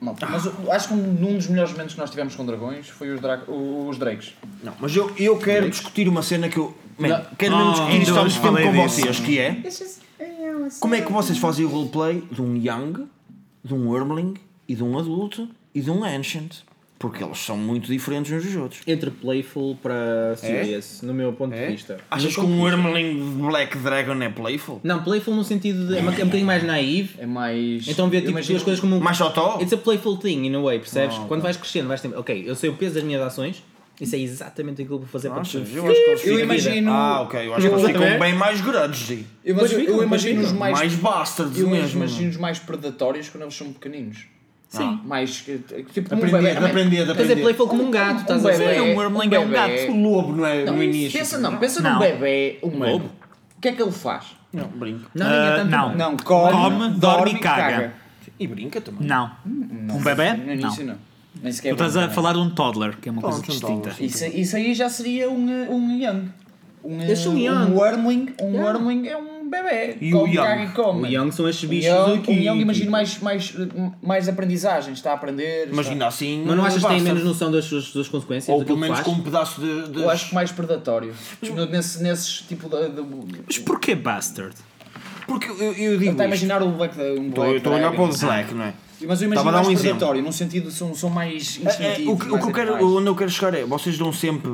Não, mas eu acho que um, um dos melhores momentos que nós tivemos com dragões foi os, dra os drakes. Não, mas eu, eu quero discutir uma cena que eu. Man, Não. Quero mesmo Ah, discutir isto ainda ao hoje mesmo tempo falei com disso. vocês, que é. Como é que vocês fazem o roleplay de um Young, de um Wormling, e de um adulto e de um Ancient? Porque eles são muito diferentes uns dos outros. Entre playful para É? serious, no meu ponto de vista. Achas que um Wormling Black Dragon é playful? Não, playful no sentido de. É uma- é um bocadinho mais naive. É mais. Então vê eu tipo, as imagino- duas coisas como um. Mais totó? It's a playful thing, in a way, percebes? Quando vais crescendo, vais tendo. Ok, eu sei o peso das minhas ações. Isso é exatamente aquilo que vou fazer para Achas? ti. Eu acho que eles Eu ficam- imagino- Ah, ok. Eu acho que eles Estás a ficam ver? bem mais grudges. sim. Eu, mas, Pois eu, ficam, imagino pois os ficam. mais. Mais, bastards eu mesmo. é? imagino os mais predatórios quando eles são pequeninos. Sim. Mais. que- Tipo, como um Aprender, bebé, man. aprender, Quer dizer, aprender. playful como um gato, estás a bebé, ver? um Wormling é um gato. bebé. O lobo, não é? Não, no início. Pensa, não, pensa Não. num bebê humano. O que é que ele faz? Não, brinco. Não, nem é Ah, tanto. não. Não, come, Come, dorme, dorme e e caga. caga. E brinca também. Não. Um bebê? No Não. início, Tu não. Nem sequer é estás a brinca, falar de um toddler, que é uma coisa Pronto, um distinta. toddler. Isso, isso aí já seria um, eh, um Young. Um, eh, Eles são young. Um Wormling, um Yeah. wormling é um bebê. E o Come, young? caga e come. O Young são estes bichos um young, aqui. tipo. um young imagino mais, mais, mais aprendizagens, está a aprender. Mas está- ainda assim. Mas não achas que têm basta. menos noção das suas, das consequências? Ou daquilo pelo que menos faz? com um pedaço de. de- Eu acho que mais predatório. No- Nesse, nesses tipo de. de- Mas porquê bastard? Porque eu, eu digo. Está a isto. imaginar um black. Um Estou black estou a olhar para o dragon. Slack, não é? Mas eu Estava imagino a dar mais um exemplo. predatório, num sentido são, são mais É, instintivos. o que, o mais que eu animais. quero, onde eu quero chegar é. Vocês dão sempre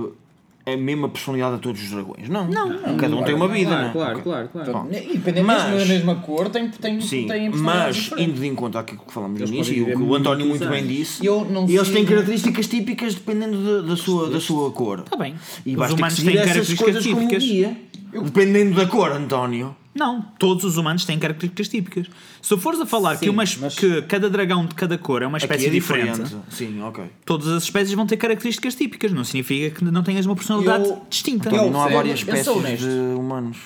a mesma personalidade a todos os dragões? Não. Não. Cada um tem uma vida, não Claro, é? claro, Ok. claro, claro. Bom. Independente Mas- mesmo da é mesma cor, tem, tem, Sim, tem personalidades mas diferentes. indo de encontro àquilo que falámos no Eles início podem e o que o viver António muito muitos bem anos. disse, Eu não eles sei- têm características típicas dependendo de- da, sua, da sua cor. Está Tá bem. E Os basta que humanos seguir têm essas características coisas um como típicas. guia. Dependendo da cor, António. Não, todos os humanos têm características típicas. Se tu fores a falar Sim, que, uma, mas- que cada dragão de cada cor é uma Aqui espécie é diferente, Sim, ok. todas as espécies vão ter características típicas. Não significa que não tenhas uma personalidade Eu- distinta. Eu- E não há sei, várias eu sou espécies de humanos.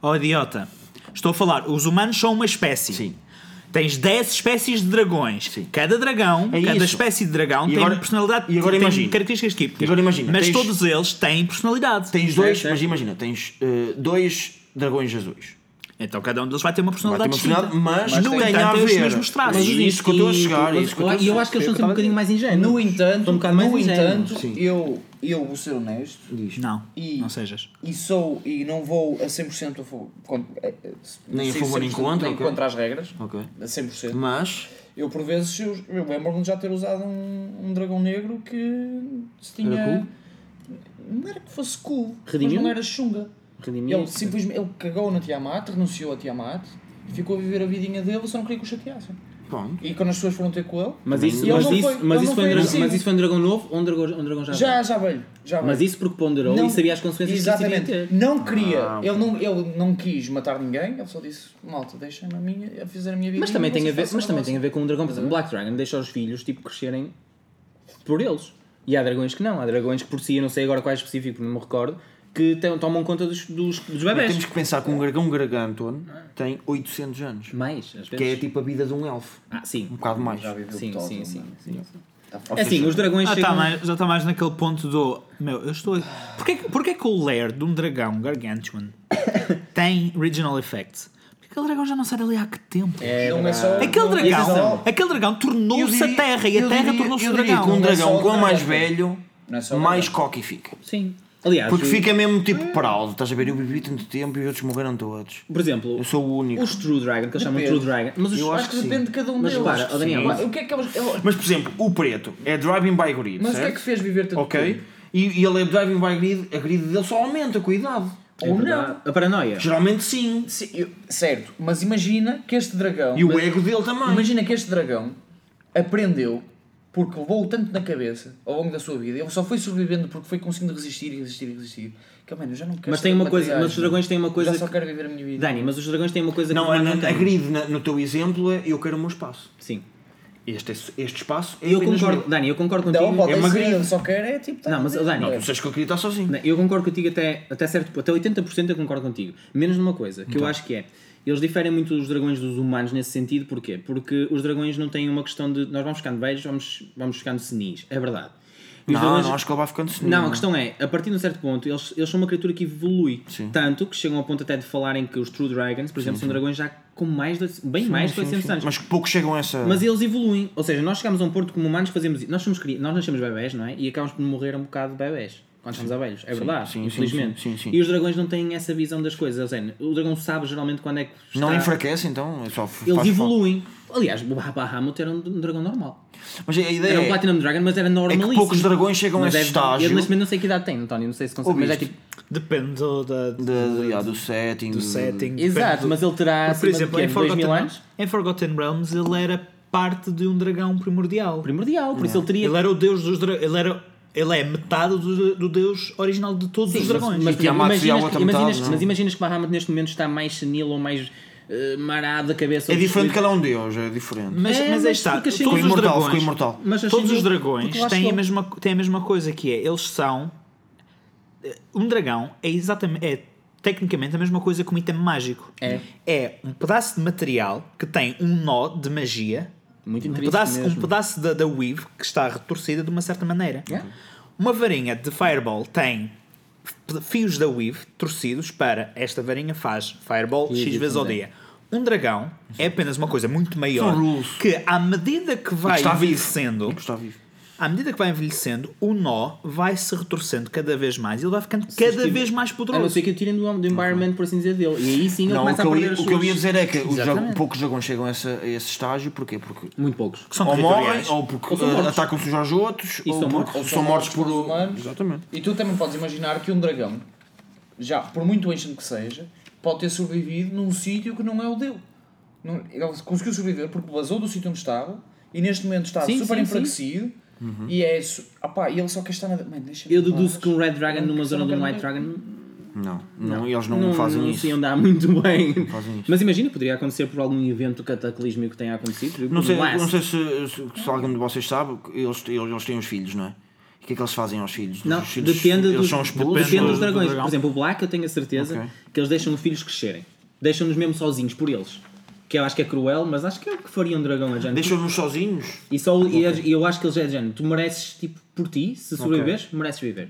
Oh, idiota. Estou a falar, os humanos são uma espécie. Sim. Tens 10 espécies de dragões. Sim. Cada dragão, É cada isso. espécie de dragão E tem agora- uma personalidade e agora tem imagina. características típicas. E agora imagina, Mas tens- todos eles têm personalidade. Tens dois, Certo, mas imagina, tens eh, dois dragões azuis. Então cada um deles vai ter uma Vai ter personalidade uma distinta. personalidade, mas, Mas não tem- tem tem a os ver. mesmos traços. Mas isso que eu estou a chegar. é isso que eu Eu, estou a eu chegar. acho que eles são sempre um bocadinho mais ingênuos. No entanto, São um bocado mais no ingênuos. Um entanto Sim. eu, eu vou ser honesto Não, E- não sejas. e sou e não vou a 100% a favor. con- eh, eh, Nem a sim, favor, nem 100% contra, Nem ok. contra as regras. Ok. é? A 100%. Mas Eu por vezes eu, eu lembro-me de já ter usado um, um dragão negro que se tinha. Era cool? Não era que fosse cool, Redimiu? mas não era chunga. Redimir, Ele simplesmente ele cagou na Tiamat, renunciou a Tiamat, ficou a viver a vidinha dele, só não queria que o chateassem. pronto. E quando as pessoas foram ter com ele, Mas isso, Ele mas, não isso, foi- mas, isso ele não foi um foi dragão, agressivo. mas isso foi um dragão novo ou um dragão, um dragão já, já, velho? já veio. Já Mas veio. isso porque ponderou e sabia as consequências Exatamente. que isso iria ter. Não queria, ele, não, ele não quis matar ninguém, ele só disse: malta, deixa-me a, minha, a fazer a minha vida. Mas também, tem a, ver, vocês mas façam também a tem a ver com um dragão. Por exemplo, Black Dragon deixa os filhos tipo, crescerem por eles. E há dragões que não. Há dragões que por si, eu não sei agora qual é específico, não me recordo, que te- tomam conta dos, dos, dos Mas bebés. temos que pensar que um dragão gargantuan tem 800 anos. Mais, às vezes. Que é tipo a vida de um elfo. Ah, sim. Um bocado mais. vossa. Já viveu Sim, todo, sim, sim, mano. sim, é? sim. Tá É fácil. assim, os dragões Ah, tá chegam... mais, já está mais naquele ponto do. Meu, eu estou. Porquê, que- porquê que o lair de um dragão gargantuan tem regional effect? Porque aquele dragão já não sai dali há que tempo? não é só. Aquele não é dragão, só- aquele dragão tornou-se a terra e a terra tornou-se o Com um dragão. Não é só dragão, o quanto mais dragão. velho, Não é só o mais dragão. cocky fica. Sim. Aliás, Porque o- fica mesmo tipo paraldo. Estás a ver? Eu vivi tanto tempo e os outros morreram todos. por exemplo, Eu sou o único. os True Dragon, que eles chamam Depende. True Dragon, mas os, Eu Acho que depende de cada um Mas deles. repara, ó, Daniel, Mas o que é que eles. eu- Mas, por exemplo, o preto é driving by grid, Mas o que certo? é que fez viver tanto Ok? tempo? E, e ele é driving by grid, a grid dele só aumenta com a idade. Ou não. É Verdade. A paranoia. Geralmente sim. Sim, eu- certo, mas imagina que este dragão. E o mas- ego dele também. Imagina que este dragão aprendeu porque levou-o tanto na cabeça ao longo da sua vida. Ele só foi sobrevivendo porque foi conseguindo resistir e resistir e resistir. Que, oh, mano, eu já não quero Mas saber tem uma de coisa- materiais, mas os dragões têm uma coisa Já só que- quero viver a minha vida. Dani, mas os dragões têm uma coisa que Não, é nós a, a temos. grid na- no teu exemplo é eu quero o meu espaço. Sim. Este, é- este espaço é Eu apenas concordo, meu. Dani, eu concordo contigo. Não, pode é uma ser, greve. eu só quero é tipo. tá Não, mas, bem. Dani, Não, tu sabes que eu queria estar sozinho. Não, Eu concordo contigo até, até certo até 80% eu concordo contigo. Menos numa coisa, que Então. eu acho que é. Eles diferem muito dos dragões dos humanos nesse sentido, porquê? Porque os dragões não têm uma questão de nós vamos ficando velhos, vamos, vamos ficando senis. É verdade. E Não, os dragões- não, acho que ele vai ficando senil, Não, a não. questão é, a partir de um certo ponto, eles, eles são uma criatura que evolui. Sim. Tanto que chegam ao ponto até de falarem que os True Dragons, por exemplo, são dragões já com mais de, bem mais de Sim, sim, 800 sim. anos. Mas que poucos chegam a essa. Mas eles evoluem, ou seja, nós chegamos a um ponto como humanos que fazemos isso. Nós, somos, cri- nós nascemos bebés, não é? E acabamos por morrer um bocado de bebés quando estamos a velhos. É verdade, sim, sim, infelizmente. sim, sim, sim. E os dragões não têm essa visão das coisas. Ou seja, o dragão sabe geralmente quando é que. Está... não enfraquece, então. Só f- Eles faz evoluem. Aliás, o Bahamut era um um dragão normal. falta. Mas a ideia Era um é- Platinum Dragon, mas era normalíssimo. poucos dragões chegam a Mas esse é- estágio. Eu neste momento não sei que idade tem, António, não sei se consegue. Mas é Ouviste? tipo. Depende do, da- de- de- ah, do setting. do de- setting. depende Exato, do- mas ele terá. Porque, por acima de exemplo, quê? em Forgotten, 2000 anos? em Forgotten Realms ele era parte de um dragão primordial. Primordial, por isso ele teria. Ele era o deus dos dragões. Ele, era... ele é metade do, do deus original de todos Sim, os mas- dragões. Mas, E Tiamat imaginas, seria a outra imaginas- metade, não? é? mas imaginas que Bahamut neste momento está mais senil ou mais eh, marado da cabeça. É ou diferente, destruído. cada um deus, é diferente. Mas, É, mas, mas aí está, porque todos assim- os Ficou imortal, dragões, ficou imortal. Mas assim, todos os eu- dragões porque eu acho têm a, que- mesma, têm a mesma coisa que é, eles são um dragão é exatamente é tecnicamente a mesma coisa que um item mágico. É. É um pedaço de material que tem um nó de magia, Muito um intrínseco pedaço, um mesmo. É. pedaço da, da weave que está retorcida de uma certa maneira. Yeah. Uma varinha de fireball tem f- fios da weave torcidos para esta varinha faz fireball Sim, x sim, vezes ao também. dia. Um dragão é apenas uma coisa muito maior São rules. que à medida que vai está vivo. envelhecendo, Porque está vivo. à medida que vai envelhecendo, o nó vai se retorcendo cada vez mais e ele vai ficando cada estiver- vez mais A não poderoso. ser que o tirem do, do environment, por assim dizer, dele. E aí sim ele Não, o que, começa a eu, perder ia- as o que eu suas- ia dizer é que os Exatamente. dragões- poucos dragões chegam a essa- a esse estágio, porquê? Porque Muito poucos. Que são ou morrem, territoriais. ou porque Ou são eh, mortos. atacam-se uns aos outros, E ou, são porque mortos. Ou são mortos por. pelos humanos. Exatamente. E tu também podes imaginar que um dragão, já por muito ancient que seja, pode ter sobrevivido num sítio que não é o dele. Não- Ele conseguiu sobreviver porque vazou do sítio onde estava e neste momento está Sim, super sim, enfraquecido. E é isso. Opá, e ele só quer estar na. Mano, deixa-me Eu em paz. deduzo que um Red Dragon Não, numa isso zona não de um quero White ver. Dragon Não, não, eles não, não, fazem não isso. se andar muito bem. fazem isso. Mas imagina, poderia acontecer por algum evento cataclísmico que tenha acontecido. um Não sei, Blast. não sei se, se- se algum de vocês sabe, eles, eles, eles têm os filhos, não é? O que é que eles fazem aos filhos? Não, os filhos depende, eles dos, são expulsos. depende do- dos do dragões. dragão. Por exemplo, o Black, eu tenho a certeza Ok. que eles deixam os filhos crescerem. Deixam-nos mesmo sozinhos, por eles. Que eu acho que é cruel, mas acho que é o que faria um dragão a Jane. Deixam-nos sozinhos. E, só, e eles- e eu acho que eles é de género. Tu mereces, tipo, por ti, se sobreviveres, mereces viver.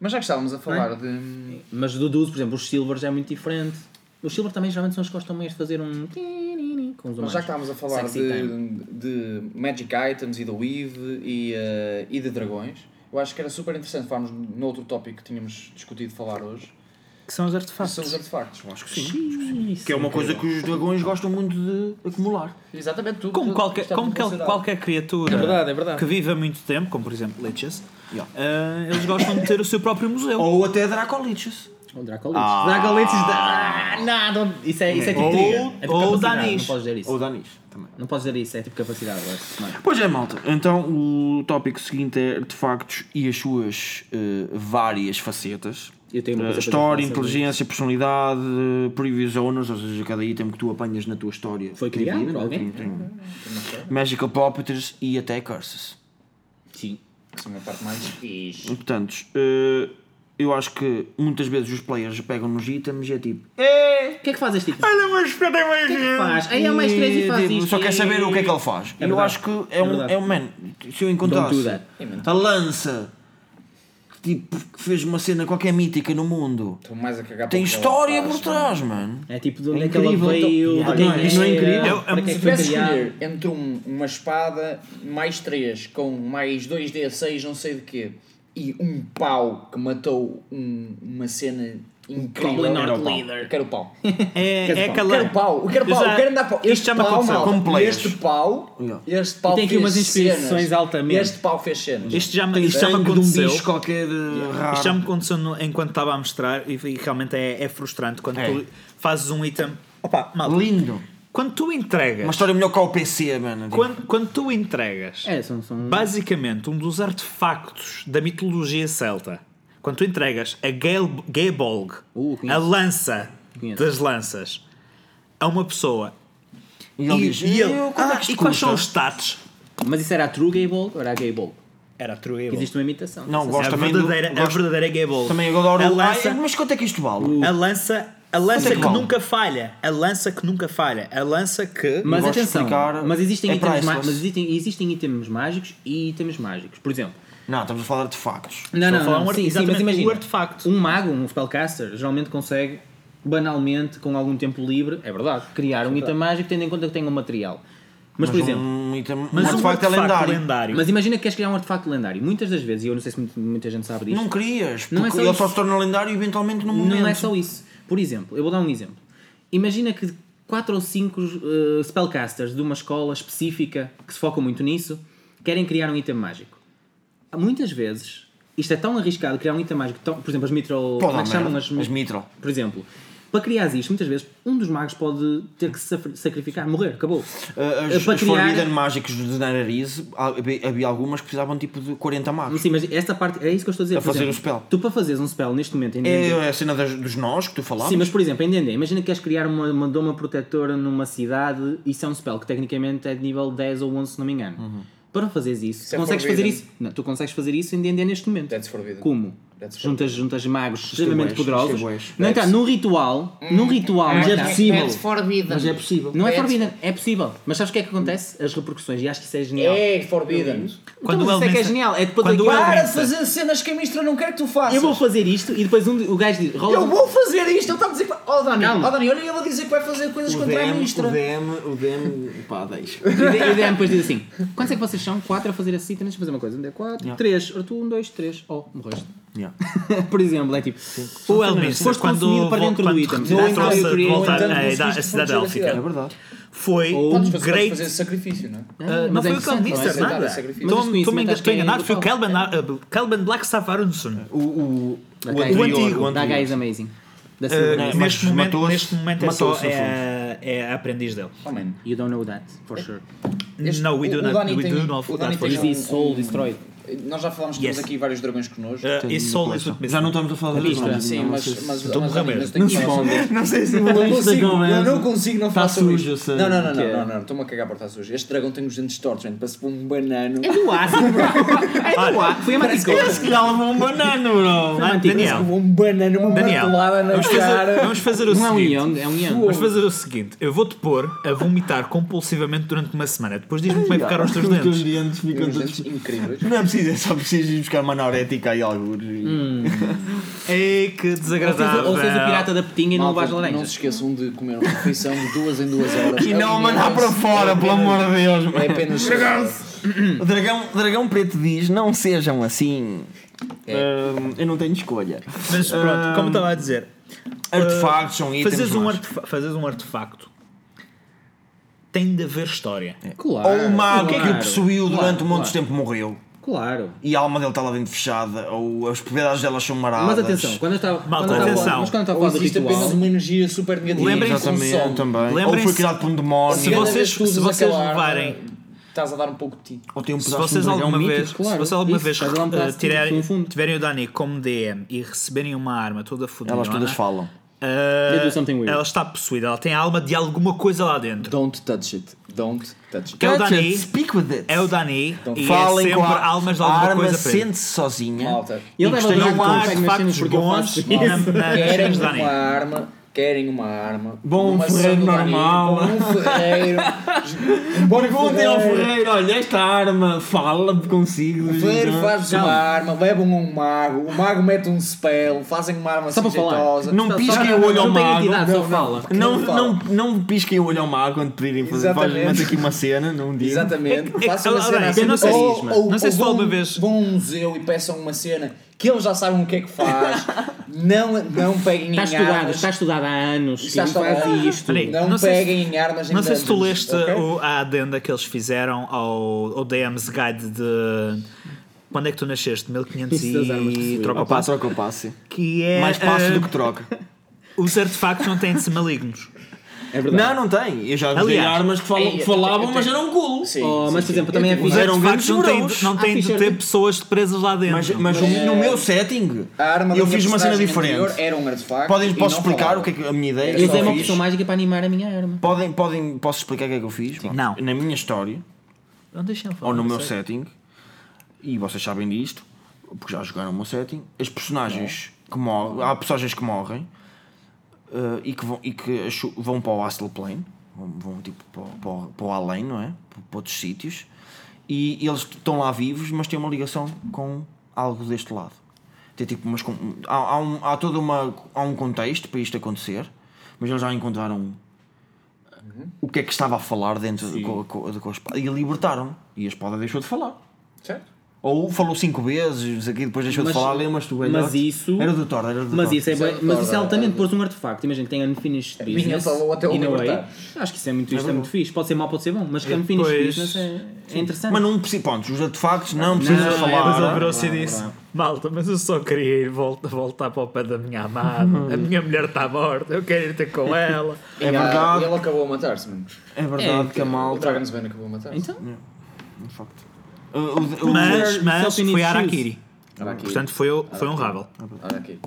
Mas já que estávamos a falar é? de. Mas deduzo, por exemplo, os Silvers é muito diferente. Os Silver também geralmente são os que gostam mais de fazer um. Com os Mas humanos. já que estávamos a falar é. Sexy de, time. de Magic Items e da Weave e, eh, e de dragões, eu acho que era super interessante falarmos noutro tópico que tínhamos discutido falar hoje, Que são os que artefactos. são os artefactos. Acho que sim. Que é uma coisa que os dragões gostam muito de acumular. Exatamente tudo. é Como tudo qualquer, está como tudo qual- considerado. qualquer criatura É verdade, é verdade. que vive há muito tempo, como por exemplo Leches, eh, Yeah. Oh, eles gostam de ter o seu próprio museu. Ou até Dracoliches. Ou Dracolites. Dracolites. Ah, nada. Isso é, isso é tipo. Ou- trigger. é tipo ou capacidade, Danis. Não podes dizer isso. Ou Danis também. Não podes dizer isso, é tipo capacidade. eu acho. Mano. Pois é, malta. Então o tópico seguinte é artefactos e as suas eh, várias facetas. Eu tenho uma Eh, coisa para história, dizer sobre inteligência, personalidade, eh, previous owners, ou seja, cada item que tu apanhas na tua história Foi de criado vida, por né? alguém? Tem- tem- Magical Properties e até Curses. Sim. Sim, é a parte mais E, Portanto, eh, eu acho que muitas vezes os players pegam nos itens e é tipo. "Eh, O que é que faz este tipo? Olha, mas espera mais. que faz? Aí é mais três e faz tipo, isto. Só quer saber o que é que ele faz. eu verdade. acho que é, É um. verdade. É um man, se eu Don't do encontrasse that. a lança que tipo, que fez uma cena qualquer mítica no mundo, Estou mais a cagar tem para o que é história ela Oh, faz, por trás, mano. É tipo de É onde é que ela incrível, então. veio, Yeah, de quem não, isso é incrível. era, Eu- para que é Se que foi tivesse criado. escolher entre um- uma espada mais 3 com mais 2D6, não sei de quê, e um pau que matou um- uma cena incrível. Goblin Era o Art pau. Leader. Eu quero o pau. É, Quer é dizer, aquela. Quero pau, eu quero pau, Exato. eu quero andar pau. Isto já me aconteceu. malta, com players. Este pau, Yeah. este pau E tem aqui fez umas inspirações cenas. altamente. Este pau fez cenas. Isto já me, Tem isto já me sangue de um aconteceu. bicho qualquer eh, Isto já me raro. aconteceu no- enquanto estava a mostrar e, e realmente é, é frustrante quando É. tu fazes um item. Opa, mal. Lindo. É Quando tu entregas. Uma história melhor que a OPC, mano. Tipo, Quando, quando tu entregas. É, são. são... Basicamente, um dos artefactos da mitologia celta. Quando tu entregas a Gael- Gaebolg, Uh, conheço. a lança Conheço. das lanças, a uma pessoa. E E, ele diz: e ele, "Eu, quanto é "Ah, e que isto quais são os custa?" status? Mas isso era a True Gable ou era a Gable? Era a true Gaebolg. Existe um- uma imitação. Não, dessa gosto É A também do- verdadeira, a gosto- verdadeira Gaebolg. Também agora a o. lança, Ai, mas quanto é que isto vale? a lança, a lança é que que vale? nunca falha. A lança que nunca falha. A lança que. Mas gosto de atenção, explicar, mas, existem é itens ma- priceless. mas existem, existem itens mágicos e itens mágicos. Por exemplo, Não, estamos a falar de factos. não, Estou a não, falar não, um arte- sim, sim, mas exatamente, imagina, um artefacto. um mago, um spellcaster, geralmente consegue, banalmente, com algum tempo livre, é verdade, criar um item mágico tendo em conta que tem um material. Mas, por exemplo, um, item- um Mas um artefacto é lendário. mas imagina que queres criar um artefacto lendário. Muitas das vezes, e eu não sei se muita, muita gente sabe disto, Não querias, porque Não é só ele só isso. se torna lendário eventualmente num momento. Não é só isso. Por exemplo, eu vou dar um exemplo. Imagina que 4 ou 5 spellcasters de uma escola específica que se focam muito nisso querem criar um item mágico. Há Muitas vezes, isto é tão arriscado criar um item mágico, tão- por exemplo, as mitral. Pode como é que dar chamam merda. as, As mitral. Por exemplo, para criar isto, muitas vezes, um dos magos pode ter que se safri- sacrificar, morrer, acabou. Eh, Uh, As, Para as criar- Forbidden Mágicos de Nariz, havia algumas que precisavam tipo de 40 magos. Sim, mas esta parte, é isso que eu estou a dizer. A por fazer exemplo, o spell. Tu para fazeres um spell neste momento em D&D, É a cena das- dos nós que tu falavas. Sim, mas por exemplo, em D&D, imagina que queres criar uma, uma doma protetora numa cidade, isso é um spell que tecnicamente é de nível 10 ou 11, se não me engano. Uhum. Para fazeres isso, é consegues fazer forbidden. isso? Não, tu consegues fazer isso em D&D neste momento. That's forbidden. Como? That's juntas, juntas magos bué, extremamente isto é poderosos. bué, isto Não, tá, num ritual, Hum. num ritual, mas Ah, tá. é possível. That's forbidden. Mas é possível. Não é That's- forbidden, é possível. Mas sabes o que é que acontece? As repercussões, e acho que isso é genial. É, forbidden. Quando Quando o então, mas isso é que é Elminster- genial. É depois quando daqui o a- Para de Elminster- fazer cenas que a ministra não quer que tu faças. Eu vou fazer isto e depois um, o gajo diz... rola- Eu vou fazer isto, ele está a dizer. que vai- Oh Dani, Calma. oh, Dani, olha, ele a dizer que vai fazer coisas o contra a DM, ministra. o DM, o DM, pá, deixa. E o D- E o DM depois diz assim: quantos é que vocês são? 4 a fazer assim, tens de fazer uma coisa. 4, 3, Ora tu 1, 2, 3, oh, morreste. Yeah. Por exemplo, é tipo. O Elminster, foste quando, consumido para dentro do quando item. Cristina Não, trouxe não, eu de queria- volta Ou então à conseguiste idade- à cidade proteger a cidade. É élfica, verdade. foi Podes um fazer, podes fazer great... esse sacrifício, não é? Ah, não mas é foi o interessante, não é? Calminster, Mas nada. isso é Estou brutal. estou enganado, foi o Kelben, ah, Kelben Black um Savarunsson. O, o, o, Da anterior, Gaia- antigo, o Da anterior. Gaia is Amazing. Da Uh, Silver Knight. mas neste, momento, matou-se- neste momento é só matou-se, no é, é a aprendiz dele. Oh, man. You don't know that, É. for sure. Este- no, we o- do o not. Dani We tem- do o not. Dani That for tem sure. Is Soul Destroyed. Nós já falámos que temos Yes. aqui vários dragões connosco. Uh, It's all is what Já não estamos a falar disso. Isto, Sim, mas, mas, Estou mas, a Dani, morrer. mas tenho que falar sobre isto. Não sei se Eu não vou consigo, eu não consigo não falar Tá sobre sujo, isto. sei. Não, não, não, Que é? não, não, não, estou-me a cagar por estar sujo. Este dragão tem os dentes tortos, gente, parece um banano. É do ácido, bro. É do ácido. Foi a Maticona. Ah, é que já levou um banano, bro. Ah, Daniel, Um banano, uma Daniel, martelada na vamos fazer, cara. vamos fazer o Não é um seguinte. Young, é um Young. Vamos fazer o seguinte, eu vou-te pôr a vomitar compulsivamente durante uma semana. Depois diz-me como é que ficaram os teus Os um dentes. dentes ficam Uns todos... dentes incríveis. Não é preciso, é só preciso ir buscar uma anorética aí algures. Hum. Ei, que Ou seis o- desagradável. Ou seis o pirata da petinha e não né? Malta, levas não se laranjas. esqueçam de comer uma refeição de duas em duas horas. E não a mandar para Alimentem-se. fora, pelo amor de Deus, mano. É apenas. O Dragão, o Dragão Preto diz: não sejam assim. É. Hum, eu não tenho escolha. Mas pronto, como estava a dizer, Artefactos são itens. fazes um, mágicos. artefa fazes um artefacto, tem de haver história. Claro. Ou um mago que o claro, possuiu claro, durante um monte de claro, tempo morreu. Claro. E a alma dele está lá dentro fechada, ou as propriedades delas são maradas. Mas atenção, quando eu estava. Malta, quando eu estava- atenção. Mas quando eu estava a Ou falar do existe apenas ritual. um uma energia super negativa. Lembrem-se- um consome. Exatamente, também. Ou foi Lembrem-se- criado por um demónio. Se Cada vocês- vez que tu usas se vocês aquela arma, levarem- Estás a dar um pouco de ti. Ou tem um Se pedaço vocês de um dragão alguma mítico. vez, se claro. vocês alguma Isso, vez faz lá um eh, pedaço de tirarem- título no fundo. tiverem o Dani como DM e receberem uma arma toda fodida, é? Elas todas falam. They Eh, do something weird. ela está possuída, ela tem a alma de alguma coisa lá dentro. Don't touch it. Don't touch it. É o Touch it, Dani, Speak with it. é o Dani e é Falem sempre com a almas de a alguma arma coisa presa. sente-se sozinha. Malta. Ele leva Gostei dois de Não há autores, mas artefactos porque eu bons faço isso. na- na- nas Querem cenas de uma Dani. arma, querem uma arma. Bom uma ferreiro ação do normal. Dani, Bom ferreiro. um bom Perguntem ao Ferreiro: olha, esta arma fala consigo. O ferreiro faz-vos uma arma, levam um mago, o mago mete um spell, fazem uma arma Só para falar. jeitosa. Não Só- pisquem só- o olho ao não tem mago. entidade, só Não, fala. Não, Não fala. não, não pisquem o olho ao mar quando pedirem fazer. faz- Exatamente. Mete aqui uma cena, não digo. Exatamente. É- é- Façam uma olha, cena eu assim. não sei- ou, ou, não sei se ou foi uma vão- vez- Vão a um museu e peçam uma cena que eles já sabem o que é que faz. não, não peguem Está em estudado, armas. está estudado há anos. Está e estudado. faz isto. Olha aí, Não, não sei se- peguem em armas em Não sei se tu dungeons, leste ok? o- a adenda que eles fizeram ao, ao DM's Guide de. Quando é que tu nasceste? 1500 Isso das armas e possuídas. troca o Opa, passo. troca o passe. Que é. Mais passo ah, do que troca. Os artefactos não têm de ser malignos. É verdade. Não, não tem. Eu já usei Aliás, armas que, falam- que falavam, mas eram culo. Sim, Oh, mas, por exemplo, também é Os fixe. Eram artefactos grandes não têm, morangos. não têm Ah, de fixe, ter era- pessoas presas lá dentro. Mas, mas o- no meu setting, É. A arma da eu minha fiz uma cena personagem diferente. anterior Era um artefacto. Podem, e posso não explicar falava. o que é que a minha ideia? Eu que usei uma eu fiz? poção mágica para animar a minha arma. Podem, podem, posso explicar o que é que eu fiz? Bom, Não. Na minha história, Não deixem falar. ou no não meu sei. setting, e vocês sabem disto, porque já jogaram o meu setting, as personagens que morrem, há personagens que morrem eh, e que, vão, e que acho- vão para o Astral Plane, vão, vão, tipo para, o- para, o- para o além, não é? Para, para outros sítios, e eles estão lá vivos, mas têm uma ligação com algo deste lado. Tem tipo umas. com- Há, há, um, há toda uma. Há um contexto para isto acontecer, mas eles já encontraram o que é que estava a falar dentro de, com, com, com a espada. E libertaram. E a espada deixou de falar. Certo? É Ou um falou cinco vezes, aqui depois deixou Mas- de falar, lembras-te do mas velhote? isso- Era do Thor, era do Mas Thor. isso é, Isso é bem, mas isso é verdade. altamente pôr um artefacto. Imagina que tem unfinished minha business. falou até o in a way. libertar. Acho que isso é muito, isto é muito fixe. Pode ser mau, pode ser bom, mas que unfinished Pois. business é, é interessante. Mas não precisa, pontos, os artefactos não precisam não, falar. Mas Ora, ele virou-se e disse: Malta, mas eu só queria ir vol- voltar para o pé da minha amada. A minha mulher está morta, eu quero ir ter com ela. e, É a- verdade, e ele acabou a matar-se, mano. é verdade que a O malta. Dragon's Bane acabou a matar-se. Então, de facto. O- o- o- Mas, mas Só que foi a iniciou-se. Araquiri. Araquiri. Portanto, foi, foi honrável. Olha aqui.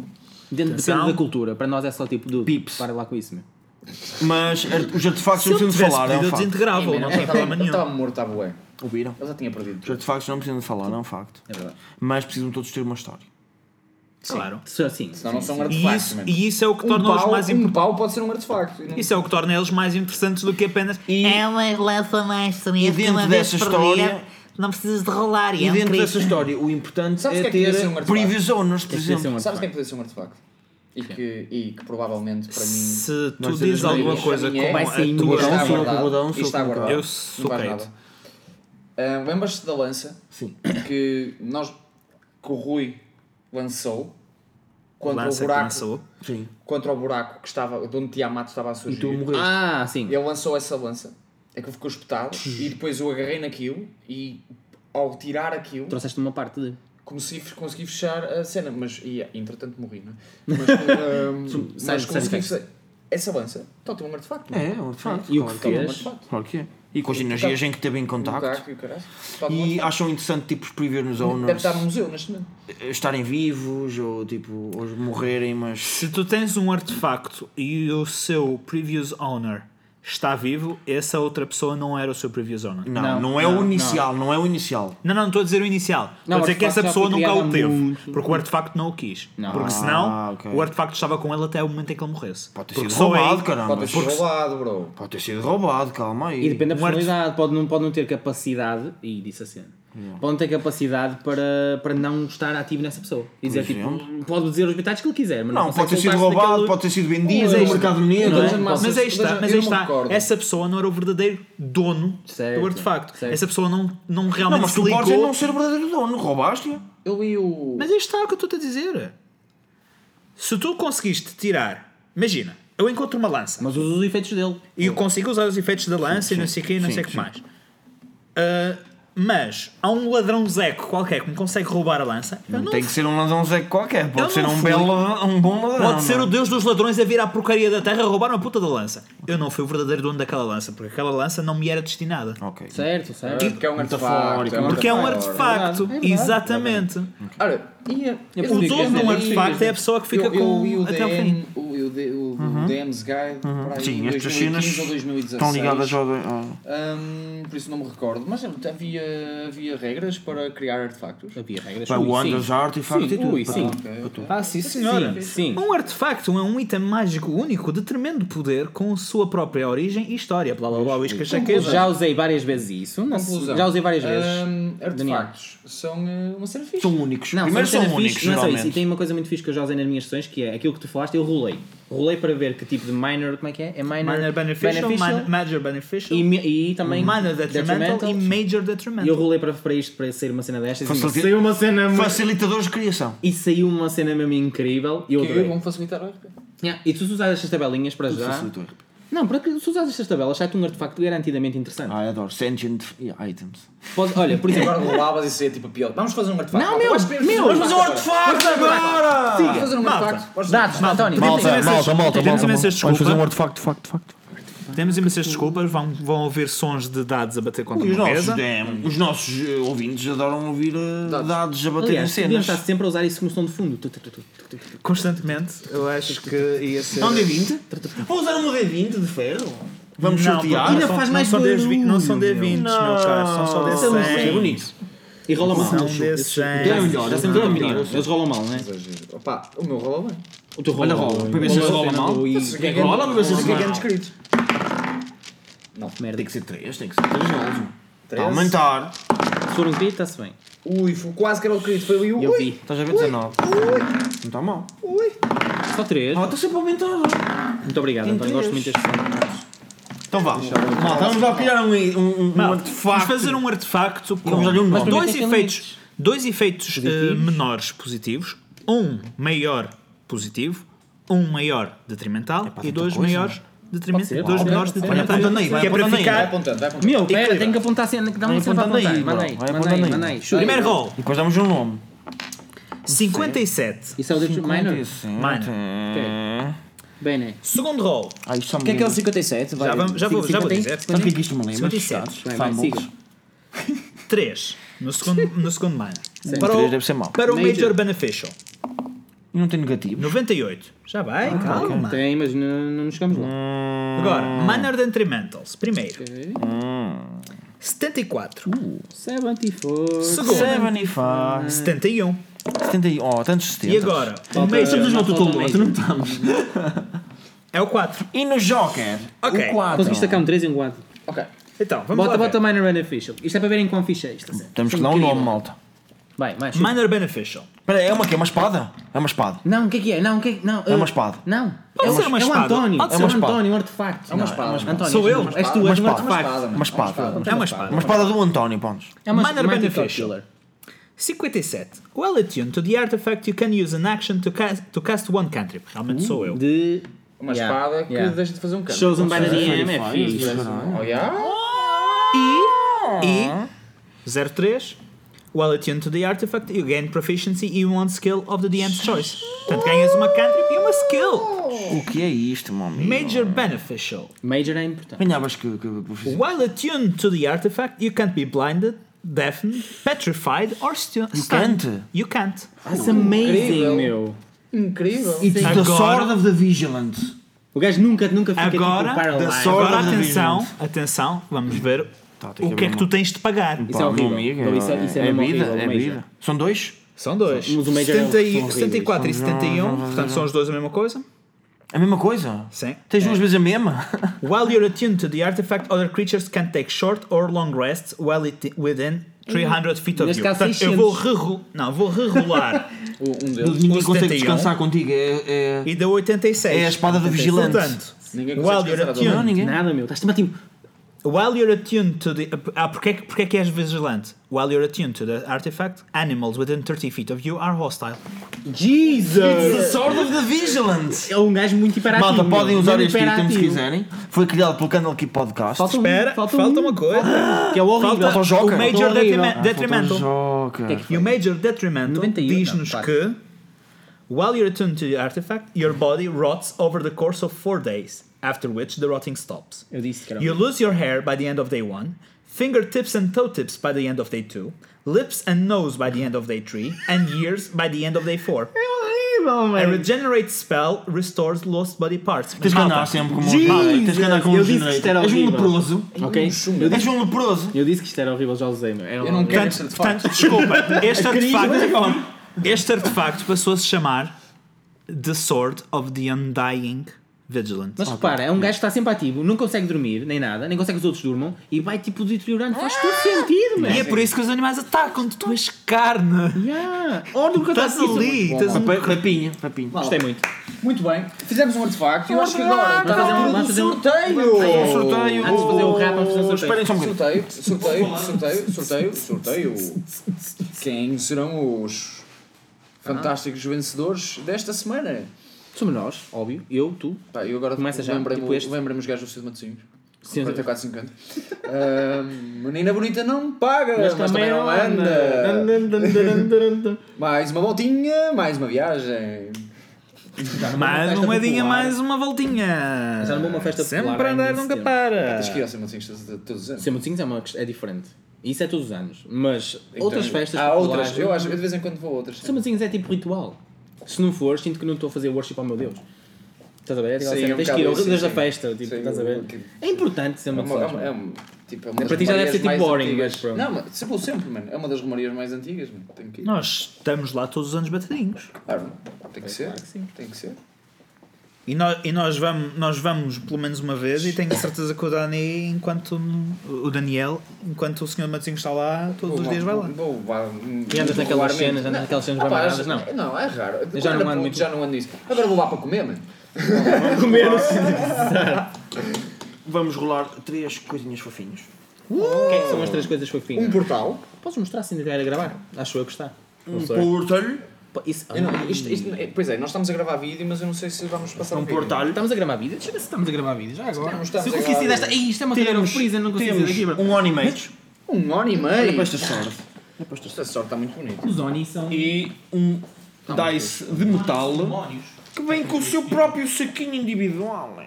dentro, Atenção. depende da cultura. Para nós é só tipo do. Pips. Para lá com isso, meu. Mas ar- os artefactos não Se eu precisam de tivesse falar, é pedido, um eu facto. desintegrava, Ele não é tinha estava- problema ele nenhum. estava morto à bué. Ouviram? Ele já tinha perdido. Os artefactos não precisam de falar, é um facto. É verdade. Mas precisam todos ter uma história. Claro. Só assim. Senão não são E artefactos, isso, mano. e isso é o que torna um pau, os mais um importantes. pau pode ser um artefacto. E não- Isso é o que torna eles mais interessantes do que apenas. E- É uma relação mais é E estranha dentro dessa história- não precisas de rolar. E um dentro Cristo. dessa história, o importante Sabes o é que é que devia ter ser um artefacto? previous owners, por Esse é exemplo. um Sabes quem artefacto. poderia ser um artefacto? E que, e que provavelmente para mim. Se tu Nós dizes temos alguma regras. coisa Para mim é- como a Vai sim, tua guardado. Isto está sou eu que guardado, vou dar um isto soco está no guardado. cara. Eu Não sou faz caído. nada. Ah, Lembras-te da lança Sim. que nós que o Rui lançou contra Lança o que buraco lançou. Sim. contra o buraco que estava de onde Tiamat estava a surgir. Tu morreste. Ah, sim. Ele lançou essa lança, é que eu ficou espetado e depois eu agarrei naquilo e ao tirar aquilo Trouxeste uma parte de. comecei, consegui fechar a cena, mas e, entretanto morri, não é? Mas, um, Sai- mas sai consegui do fechar. Essa lança está tem um artefacto. não É, é um facto. E o claro que que é. um fez? artefacto. Claro que é. E com as energias em que teve em Um contacto. caco e o caralho. Está de um E artefacto. acham interessante, tipo, os previous Deve owners estar no museu neste momento. estarem vivos ou, tipo, ou morrerem, mas. Se tu tens um artefacto e o seu previous owner está vivo, essa outra pessoa não era o seu previous owner. Não, Não, não, é o não, inicial, não. é o inicial. Não, não, não estou a dizer o inicial. Estou Não, a o dizer que essa artefacto já foi pessoa nunca o criado há teve. muito Porque o artefacto não o quis. Não. Porque Ah, senão ok. o artefacto estava com ele até o momento em que ele morresse. Pode ter Porque sido só é aí- roubado, caramba. Pode ter sido Porque- roubado, bro. Pode ter sido roubado, calma aí. E depende da Um arte- personalidade, pode não, pode não ter capacidade, e disse a cena, pode não ter capacidade para, para não estar ativo nessa pessoa. E dizer, tipo, exemplo? pode dizer os bitaites que ele quiser, mas não, Não, consegue pode ter sido soltar-se roubado, daquele- pode ter sido Mas vendido é no isto. mercado negro. Não é? não é? Mas Mas aí está, eu mas não aí me está. recordo. Essa pessoa não era o verdadeiro dono Certo, do artefacto. certo. Essa pessoa não, não Não, realmente mas se tu podes é ligou. não ser o verdadeiro dono, roubaste-a. Eu li o. Mas aí está o que eu estou a dizer. Se tu conseguiste tirar, imagina, eu encontro uma lança Mas usa os efeitos dele. e eu consigo usar os efeitos da lança e não sei o quê e não sim, sei o que sim. mais. Ah, mas há um ladrão zeco qualquer que me consegue roubar a lança. Eu não Tem que ser um ladrão Zé qualquer, Eu pode ser não um fui. belo ladrão- um bom ladrão. Pode ser não o é? deus dos ladrões a vir à porcaria da terra roubar uma puta da lança. Eu não fui o verdadeiro dono daquela lança, porque aquela lança não me era destinada. Ok. Certo, certo. Porque é um metafórico, artefacto. Porque é um É artefacto. verdade, é verdade. Exatamente. Ora, e a- É eu por O li- isso que dono de um é- artefacto é a pessoa que fica eu, eu li com o até ao fim. DM, o, o, D- o DM's Guide, para aí, Sim, em estas 2015 cenas ou 2016. estão ligadas ao. ao- Hum, por isso não me recordo, mas havia, havia regras para criar artefactos. Havia regras. Para Ui, sim. Wonders, Artifact Sim, e tudo. ui, sim. Ok, ok. Ah, sim, Sim, sim. Um artefacto é um item mágico único de tremendo poder com sua própria origem e história. Blá blá é blá, uísque, chaqueza. Já usei várias vezes isso. não sei- Conclusão. Já usei várias Hum, vezes. Daniel. artefactos são eh, uma cena fixe. São únicos. Não, Primeiro só são uma cena únicos, fixe, não é só isso. E geralmente. tem uma coisa muito fixe que eu já usei nas minhas sessões, que é aquilo que tu falaste, eu rolei. Rolei para ver que tipo de minor, como é que é? É minor, Minor beneficial, minor- major beneficial, e, me- e também minor detrimental e major E eu detrimental. rolei para, para isto, para sair uma cena destas. e Facilita- Saiu uma cena mu- Facilitadores de criação. E saiu uma cena mesmo incrível. E eu Que adorei. vão facilitar o RP. Yeah, E tu se usas estas tabelinhas para já. Facilitou o RP. Não, para que se usas estas tabelas, sai-te um artefacto garantidamente interessante. Ah, eu adoro. Sentient items. Pode- olha, por exemplo, Agora rolavas e seria tipo a pior. Vamos fazer um artefacto. Não, meu, Vamos fazer meu, um mas artefacto agora. artefacto Ah, agora! Vamos fazer um Malta. artefacto. Vamos fazer um dados, Malta, António. Malta, imensas- malta, malta, temos malta. imensas Vamos fazer desculpa. um artefacto, facto, facto. Temos imensas desculpas, vão, vão ouvir sons de dados a bater contra E os uma nossos, mesa. DM, os nossos eh, ouvintes adoram ouvir eh, dados, a bater em Aliás, devíamos cenas. estar assim. sempre a usar isso como som de fundo. Tu, tu, tu, tu, tu, tu. Constantemente, eu acho que ia ser. É um D20? Vou usar um D20 de ferro? Vamos Não, sortear? porque Ainda não faz são- mais não são D20, barulho. Não são D20, meu caro, são só Não. São É D100. bonito. E rola mal. São Esses- D100. É melhor, Já é sempre melhor. melhor. Eles rolam mal, não é? Opa, o meu rola bem. O teu Olha, rola mal. rola. Para ver se eles rolam mal. Rola para ver se eles Mas o que é que é rolam mal. descrito? Não. Merda. Tem que ser 3, tem que ser 3 rolos. Está a Treze. Tá, aumentar. Se for um crit, está-se bem. Ui, foi- quase que era o querido. Foi ali o. Eu Ui, vi. Estás a ver 19. Não está mal. ui. Só três. Ah, está sempre a aumentar. Muito obrigado, Tem António. Gosto muito três. deste som. Então vá. Malta, vamos lá criar um, um, um Vamos artefacto. fazer um artefacto com Vamos dar-lhe um nome. dois Mas primeiro tem que efeitos, dois efeitos eh, menores positivos, um maior positivo, um maior detrimental e tanta dois coisa. maiores detrimentais. ser. Dois Uau, menores pode ser. detrimentais. Olha, apontando aí, vai Que é para apontando aí, vai Vai ficar. apontando, vai apontando. Meu, pera, Equilibra. tenho que apontar a cena. Dá-me Vai uma cena para apontando apontar. aí, Manda aí, bro. Vai manda aí, apontando aí. manda aí. Primeiro roll, E depois damos um nome. 57. Isso é o Detroit Minor? Minor. Ok. Bem, né? Segundo roll, Ah, isto O que é que é o 57? Vai, já, vamos, já, vou, já vou 50? dizer. Sabe o que é que isto me lembra? 57. Chatos, Bem, vai, famosos. siga. 3 no segundo, no segundo minor. Para Três o, deve ser mau. para o major. Major. beneficial, E não tem negativo. 98. Já vai, calma. Tem, mas não não nos chegamos lá. Agora, minor detrimentals, primeiro. 74. 74. Segundo. 75. 71. 70. Oh, tantos Hum. 70. E agora, o Falta- Major Estamos no total lote, não estamos. é o 4. E no Joker, Ok. o 4. Conseguiste sacar um 3 e um 4. Ok. Então, vamos lá. Bota, bota ver. Minor Beneficial. Isto é para verem quão ficha é isto. Temos que dar um nome, malta. Vai, mais. Minor beneficial. Espera, é uma que É uma espada? É uma espada. Não, o que é que é? Não, o que é que. Não, É uma eh, espada. Não. Pode é ser uma é espada. o António. Pode é ser o uma espada. António, um artefacto. É uma espada. mano. António, Sou és eu? um- És tu, Uma és um espada. artefacto. Uma espada. É uma espada. Uma espada do António, Pontes. É uma Minor uma anti-cop beneficial. killer. 57. Well attuned to the artifact, you can use an action to cast, to cast one country. Realmente sou eu. De. Uma Yeah, espada que yeah. deixa de fazer um canto. Chosen by the DM, é fixe. Oh, yeah? E. E. 03. Well attuned to the artifact, you gain proficiency in one skill of the DM's choice. Portanto, ganhas uma cantrip e uma skill. O que é isto, meu amigo? Major beneficial. Major é importante. Ganhavas que. que, que fiz- While attuned to the artifact, you can't be blinded, deafened, petrified, or stu- stunned. can't? You can't. That's amazing, Incrível. meu. Incrível. It's the Agora- Sword of the Vigilant. O gajo nunca, nunca fica Agora, tipo paralyzed. da sorte- agora Ordem de atenção, atenção, vamos ver Tá, tem que o que é abrir que tu uma- tens de pagar. Isso é Pá, meu horrível. amigo, Não, isso é- isso é mesmo vida, horrível, é Major. vida. São dois? São dois. Mas o Major é 70 e- horrível. 74 e 71, portanto são os dois a mesma coisa. É A mesma coisa? Sim. Tens É. duas vezes a mesma? While you're attuned to the artifact, other creatures can take short or long rests while it, within 300 feet of Neste you. caso, Portanto, eu vou rerolar. Não, vou rerolar. O- Um deles. Ninguém O consegue 71. descansar contigo. É, é... e da 86. É a espada do vigilante. Portanto, Ninguém consegue while you're descansar da attuned Não, ninguém. Nada, meu. Estás-te tipo. While you're attuned to the. Ah, porque, é que- porque é que és vigilante? While you're attuned to the artifact, animals within 30 feet of you are hostile. Jesus! The Sword of the Vigilant! É um gajo muito hiperativo. Malta, podem meu. usar Muito este item se hiperativo. quiserem. Foi criado pelo Canal Key Podcast. Falta um, Espera, falta, falta um, uma coisa. falta um, Que é o horrível. Falta o o Joker. Major Horrível. detrima- Ah, Detrimental. é Joker. E o Major Detrimental 91, diz-nos não, que. While you're attuned to the artifact, your body rots over the course of four days, after which the rotting stops. Eu disse que era um. You lose your hair by the end of day one, fingertips and toe tips by the end of day two, lips and nose by the end of day three, and ears by the end of day four. horrível, A mano. regenerate spell restores lost body parts. Tens que Malta, andar sempre como um Jesus! genérico. Tens que andar como Eu um disse que genérico. isto era És um horrível. leproso. Ok? Eu És disse, um leproso. eu disse que isto era horrível, já usei, meu. Era Eu não quero este Portanto, artefacto. portanto, desculpa, este artefacto, este artefacto passou a se chamar The Sword of the Undying Vigilant. Ah, Mas repara, é um gajo que está sempre ativo, não consegue dormir, nem nada, nem consegue que os outros durmam e vai tipo deteriorando. Faz Ah! todo sentido, meu. E é por isso que os animais atacam-te, tu és carne. Yeah. Olha o que eu Estás faço isso, é ali, mano. tens um Pa- Papinha, papinha. Gostei muito. Muito bem. Fizemos um artefacto e eu acho que agora está fazer um- na altura vamos do fazer um- sorteio. Sorteio. Antes de fazer o rap, vamos fazer o sorteio. Esperem só um bocadinho. Sorteio, sorteio, sorteio, sorteio, sorteio. Quem serão os Ah. fantásticos vencedores desta semana? Somos nós, óbvio. Eu, tu. Pá, eu agora Começa já, lembrei-me tipo este. lembrei-me os gajos do Cid Matosinhos. Sim, 44,50. Ah, menina bonita não paga, mas, é também não anda. anda. Mais uma voltinha, mais uma viagem. é Já não vou a uma Mais festa um moedinha, popular. mais uma voltinha. Já não vou a uma festa Sempre popular para andar, em nunca setembro. para. Acho que ia ser uma ciência de todos os anos. Ser mocinhos é, uma, quest- é diferente. Isso é todos os anos. Mas Então, outras festas. Há populares- né? outras. Eu, acho, eu de vez em quando vou a outras. Ser mocinhos é tipo ritual. Se não for, sinto que não estou a fazer worship ao meu Deus. Estás a ver? É aquela Sim, cena, é um tens que ir ao bocado Deus isso, da sim. festa. Tipo, Sim, estás a eu- ver? tipo- É importante ser É uma uma, é pessoa. uma, é uma, tipo, é uma Para ti já deve romarias ser tipo mais boring, antigas. mas pronto. Não, mas sempre, sempre, mano. É uma das romarias mais antigas, mano. Tem que ir. Nós estamos lá todos os anos batidinhos. Claro, tem É que ser. Tem que ser. E nós, e nós, vamos, nós vamos pelo menos uma vez e tenho a certeza que o Dani, enquanto o Daniel, enquanto o senhor Matosinhos está lá, todos os Vou- dias vai lá. Vou, E vá- andas vou naquelas regularmente. cenas, andas naquelas cenas pá, barbaradas, acho- não. Não, é raro. Quando já não era ando puto, muito. Já não ando nisso. Agora vou lá para comer, mano. Comer Vamos rolar três coisinhas fofinhas. O que é que são as três coisas uh! Um fofinhas? portal. Podes mostrar assim se ainda estiver a gravar? Acho eu que está. Não Um sei. portalho. Pô, Isso, ah, Eu não, isto, isto- é, pois é, nós estamos a gravar vídeo, mas eu não sei se vamos passar Um o vídeo. portalho. Estamos a gravar vídeo? Deixa eu ver se é estamos a gravar vídeo. Já agora. Não estamos se eu a conseguisse gravar desta. Ei, isto é uma cadeira no freezer, não consigo Temos daqui, bro. um ano e meio. Um ano e meio. Depois esta sorte. Esta sorte está muito bonita. Os Oni são. E um dice de metal que vem com o seu próprio saquinho individual.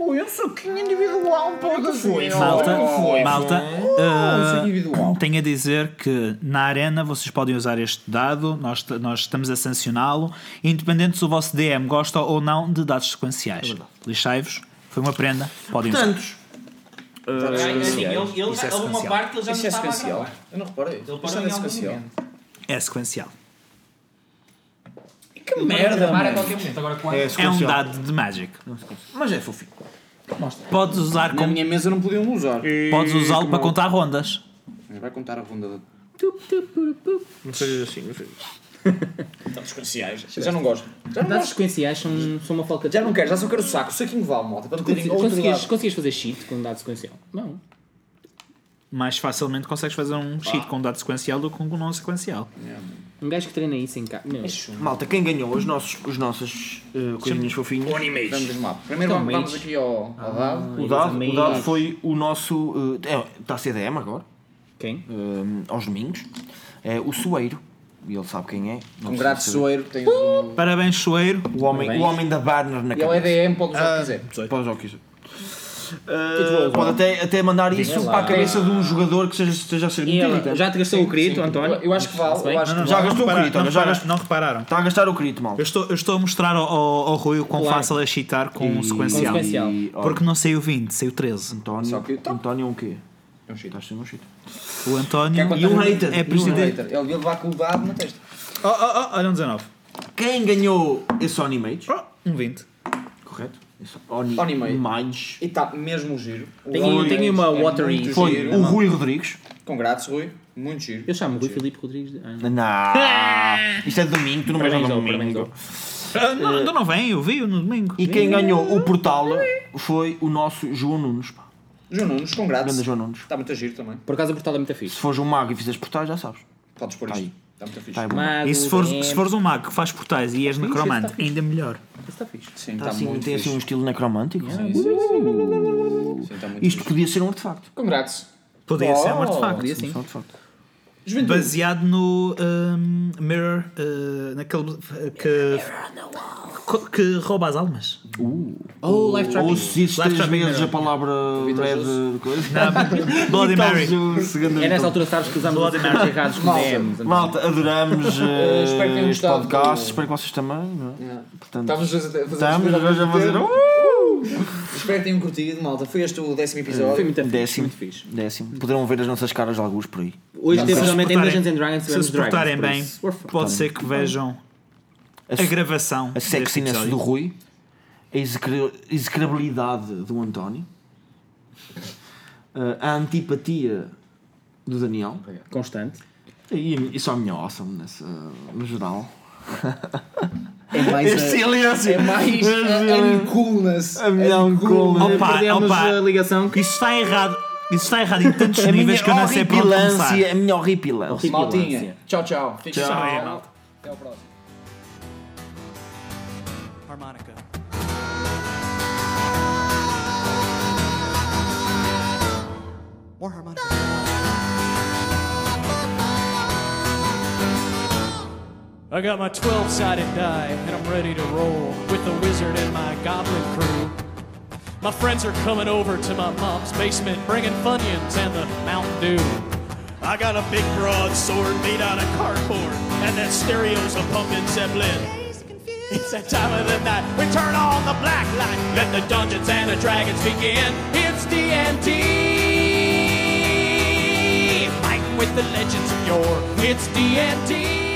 Oh, é um saquinho individual, pô, que foi? Malta, foi, malta, isso é individual. uh, tenho a dizer que na arena vocês podem usar este dado, nós, t- nós estamos a sancioná-lo, independente se o vosso DM gosta ou não de dados sequenciais. Lixai-vos, foi uma prenda, podem usar. Portanto, ele- Isso é houve uma sequencial. parte ele Isso é sequencial. Eu não reparei. Isto parou não em é algum sequencial. É sequencial. Que merda, Para a mano. qualquer momento. Agora quando? é, É um sequencial. dado de Magic. Mas é fofinho. Podes usar Na como- minha mesa não podiam usar. podes usá-lo para contar rondas. Mas vai contar a bunda da... Não sejas assim, não sejas. sequenciais. Já não gosto. Já não Dados gosto. sequenciais são, são uma falca de. Já não quero, já só quero o saco. O saquinho vale, malta. Para meterem outro Conseguias, lado. conseguias fazer cheat com um dado sequencial? Não. Mais facilmente consegues fazer um cheat com um dado sequencial do que com um não sequencial. Um gajo que treina isso em casa. Meu. Malta, quem ganhou os nossos, os nossos eh, coisinhas fofinhas? Vamos desmar. Primeiro Então, vamos, vamos mês. aqui ao, ao dado. O dado, o Amigos. dado foi o nosso. eh, é, Está a CDM agora, Quem? eh, aos domingos. É o Soeiro. E ele sabe quem é. Não Um precisa grato saber. soeiro. Tens um... Parabéns, Choeiro. O homem, o homem da Banner na é E ao cabeça. EDM pode Ah, usar o Ah, que quiser. Pode usar o que quiser. Eh, pode até, até mandar isso para a cabeça de um jogador que seja, esteja a ser E ela- muito já te gastou o crédito, António? Eu- Eu acho que Está-se vale. bem? Eu acho que não, Já vale. gastou o repara- crédito, olha, não já repara- gastou. não repararam. Está a gastar o crédito, mal. Eu estou, eu estou a mostrar ao, ao, ao Rui o quão Claro. fácil é cheatar com um Com sequencial. sequencial. Porque não saiu 20, saiu 13. Só que- António, António é um quê? É um cheat. Estás sendo um cheat. O António Quer contar um hater? é Um presidente. hater. Ele ele vai com o dado na testa. Oh, oh, oh, olha um 19. Quem ganhou esse Animage? Oh, um 20. Correto? Esse Oni- Onimage. Mage. E está mesmo giro. O Tem- Rui tem é- uma é muito watery. Foi giro. o Rui Rodrigues. Congrats, Rui. Muito giro. Eu chamo Rui Filipe Rodrigues. de- Ah, não. Não. Isto é de domingo, tu não vais Parabéns, jogar ó, domingo. Ah, Eh, não, então não vem, eu vi-o no domingo. E quem ganhou o portal foi o nosso João Nunes. Pá. João Nunes, congrats. Grande João Nunes. Está Tá muito giro também. Por acaso o portal é muito fixe. Se fores um mago e fizeres portais, já sabes. Podes pôr Tá isto. aí. Está muito fixe. Tá aí, bom. Mago, E se fores, DM, se fores um mago que faz portais e és necromante, ainda melhor. isso Está fixe. Sim, Tá está assim, muito tem assim fixe. um estilo necromântico. Sim, sim, sim. Sim, está muito Isto fixe. podia ser um artefacto. Congrats. Podia ser um Oh, artefacto. Podia sim. Isso é um artefacto. Juventude. Baseado no hum, Mirror, uh, naquele uh, que, co- que rouba as almas. Oh, Life um Ou Tracking. se isso Lá três está bem vezes a melhor. palavra red coisa. Então, Bloody Mary. É nesta altura sabes que usamos os termos errados com Malta. DMs. Malta, adoramos eh, Eh, espero que tenham este gostado podcast. do- Espero que vocês também. Não é? Yeah. Portanto, Estávamos a fazer estamos hoje a assim, fazer um Espero que tenham curtido, malta. Foi este o décimo episódio. Foi muito fixe. Décimo. é Muito fixe. décimo. Poderão ver as nossas caras de alguns por aí. Hoje temos realmente em portarem- Dungeons and Dragons se tivemos se portarem bem, Dragons. por isso, we're fucked. pode ser que vejam A, a gravação. a deste sexiness episódio. do Rui. A execra- execrabilidade do António. eh, A antipatia do Daniel. Constante. E, e só a minha awesome nessa, no geral. É mais, Este silêncio! é mais Este silêncio. coolness. A minha Opa, uncool. Perdemos opa. a ligação. Isso está errado. Isso está errado em tantos níveis que eu não sei para onde começar. horripilância, A minha horripilância. Maltinha. Tchau, tchau. Fique Tchau. Até ao próximo. Harmonica. More harmonica. A I got my 12 sided die and I'm ready to roll with the wizard and my goblin crew. My friends are coming over to my mom's basement bringing Funyuns and the Mountain Dew. I got a big broadsword made out of cardboard and that stereo's a pumpkin zeppelin. It's that time of the night. We turn on the black light. Let the dungeons and the dragons begin. It's D&D. Fighting with the legends of yore. It's D&D.